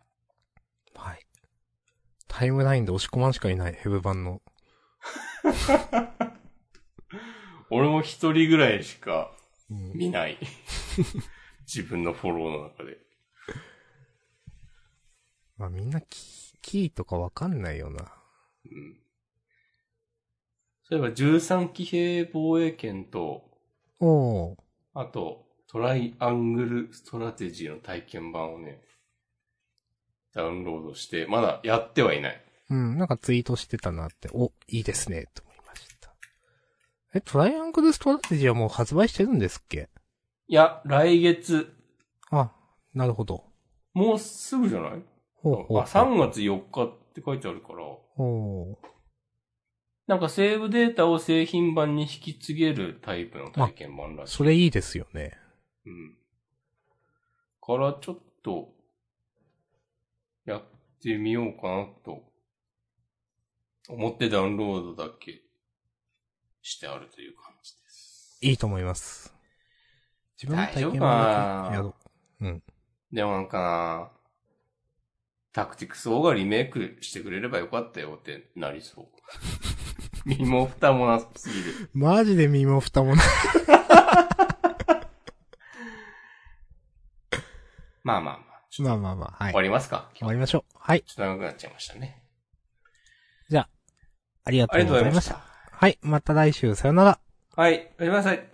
Speaker 2: はい。タイムラインで押し込まんしかいない、ヘブ版の。
Speaker 1: 俺も一人ぐらいしか
Speaker 2: うん。
Speaker 1: 見ない。 自分のフォローの中で。
Speaker 2: まあみんなキー、キーとかわかんないよな。
Speaker 1: うんそういえば13騎兵防衛圏と、
Speaker 2: おー。
Speaker 1: あと、トライアングルストラテジーの体験版をね、ダウンロードして、まだやってはいない。
Speaker 2: うん、なんかツイートしてたなって、お、いいですね、と思いました。え、トライアングルストラテジーはもう発売してるんですっけ
Speaker 1: いや、来月、
Speaker 2: あ、なるほど。
Speaker 1: もうすぐじゃない
Speaker 2: ほうほうほう。
Speaker 1: あ、3月4日って書いてあるから、
Speaker 2: ほう。
Speaker 1: なんかセーブデータを製品版に引き継げるタイプの体験版らしい。
Speaker 2: それいいですよね。
Speaker 1: うん。からちょっと、やってみようかなと、思ってダウンロードだけしてあるという感じです。
Speaker 2: いいと思います。自分の体
Speaker 1: 大
Speaker 2: 験
Speaker 1: 丈夫か
Speaker 2: 版だ
Speaker 1: な
Speaker 2: けやろう。
Speaker 1: でもなんかな、タクティクスオーがリメイクしてくれればよかったよってなり そう。身も蓋もなすぎる。
Speaker 2: マジで身も蓋もない。
Speaker 1: まあまあまあ。
Speaker 2: まあまあまあ、はい。
Speaker 1: 終わりますか
Speaker 2: 終わりましょう。はい。
Speaker 1: ちょっと長くなっちゃいましたね。
Speaker 2: じゃあ、ありが
Speaker 1: あ
Speaker 2: と
Speaker 1: り
Speaker 2: う
Speaker 1: がと
Speaker 2: ご
Speaker 1: うござ
Speaker 2: ざ
Speaker 1: い
Speaker 2: いま
Speaker 1: ま
Speaker 2: し。
Speaker 1: したた。
Speaker 2: はい。また来週、さよなら。
Speaker 1: はい、おやすみなさい。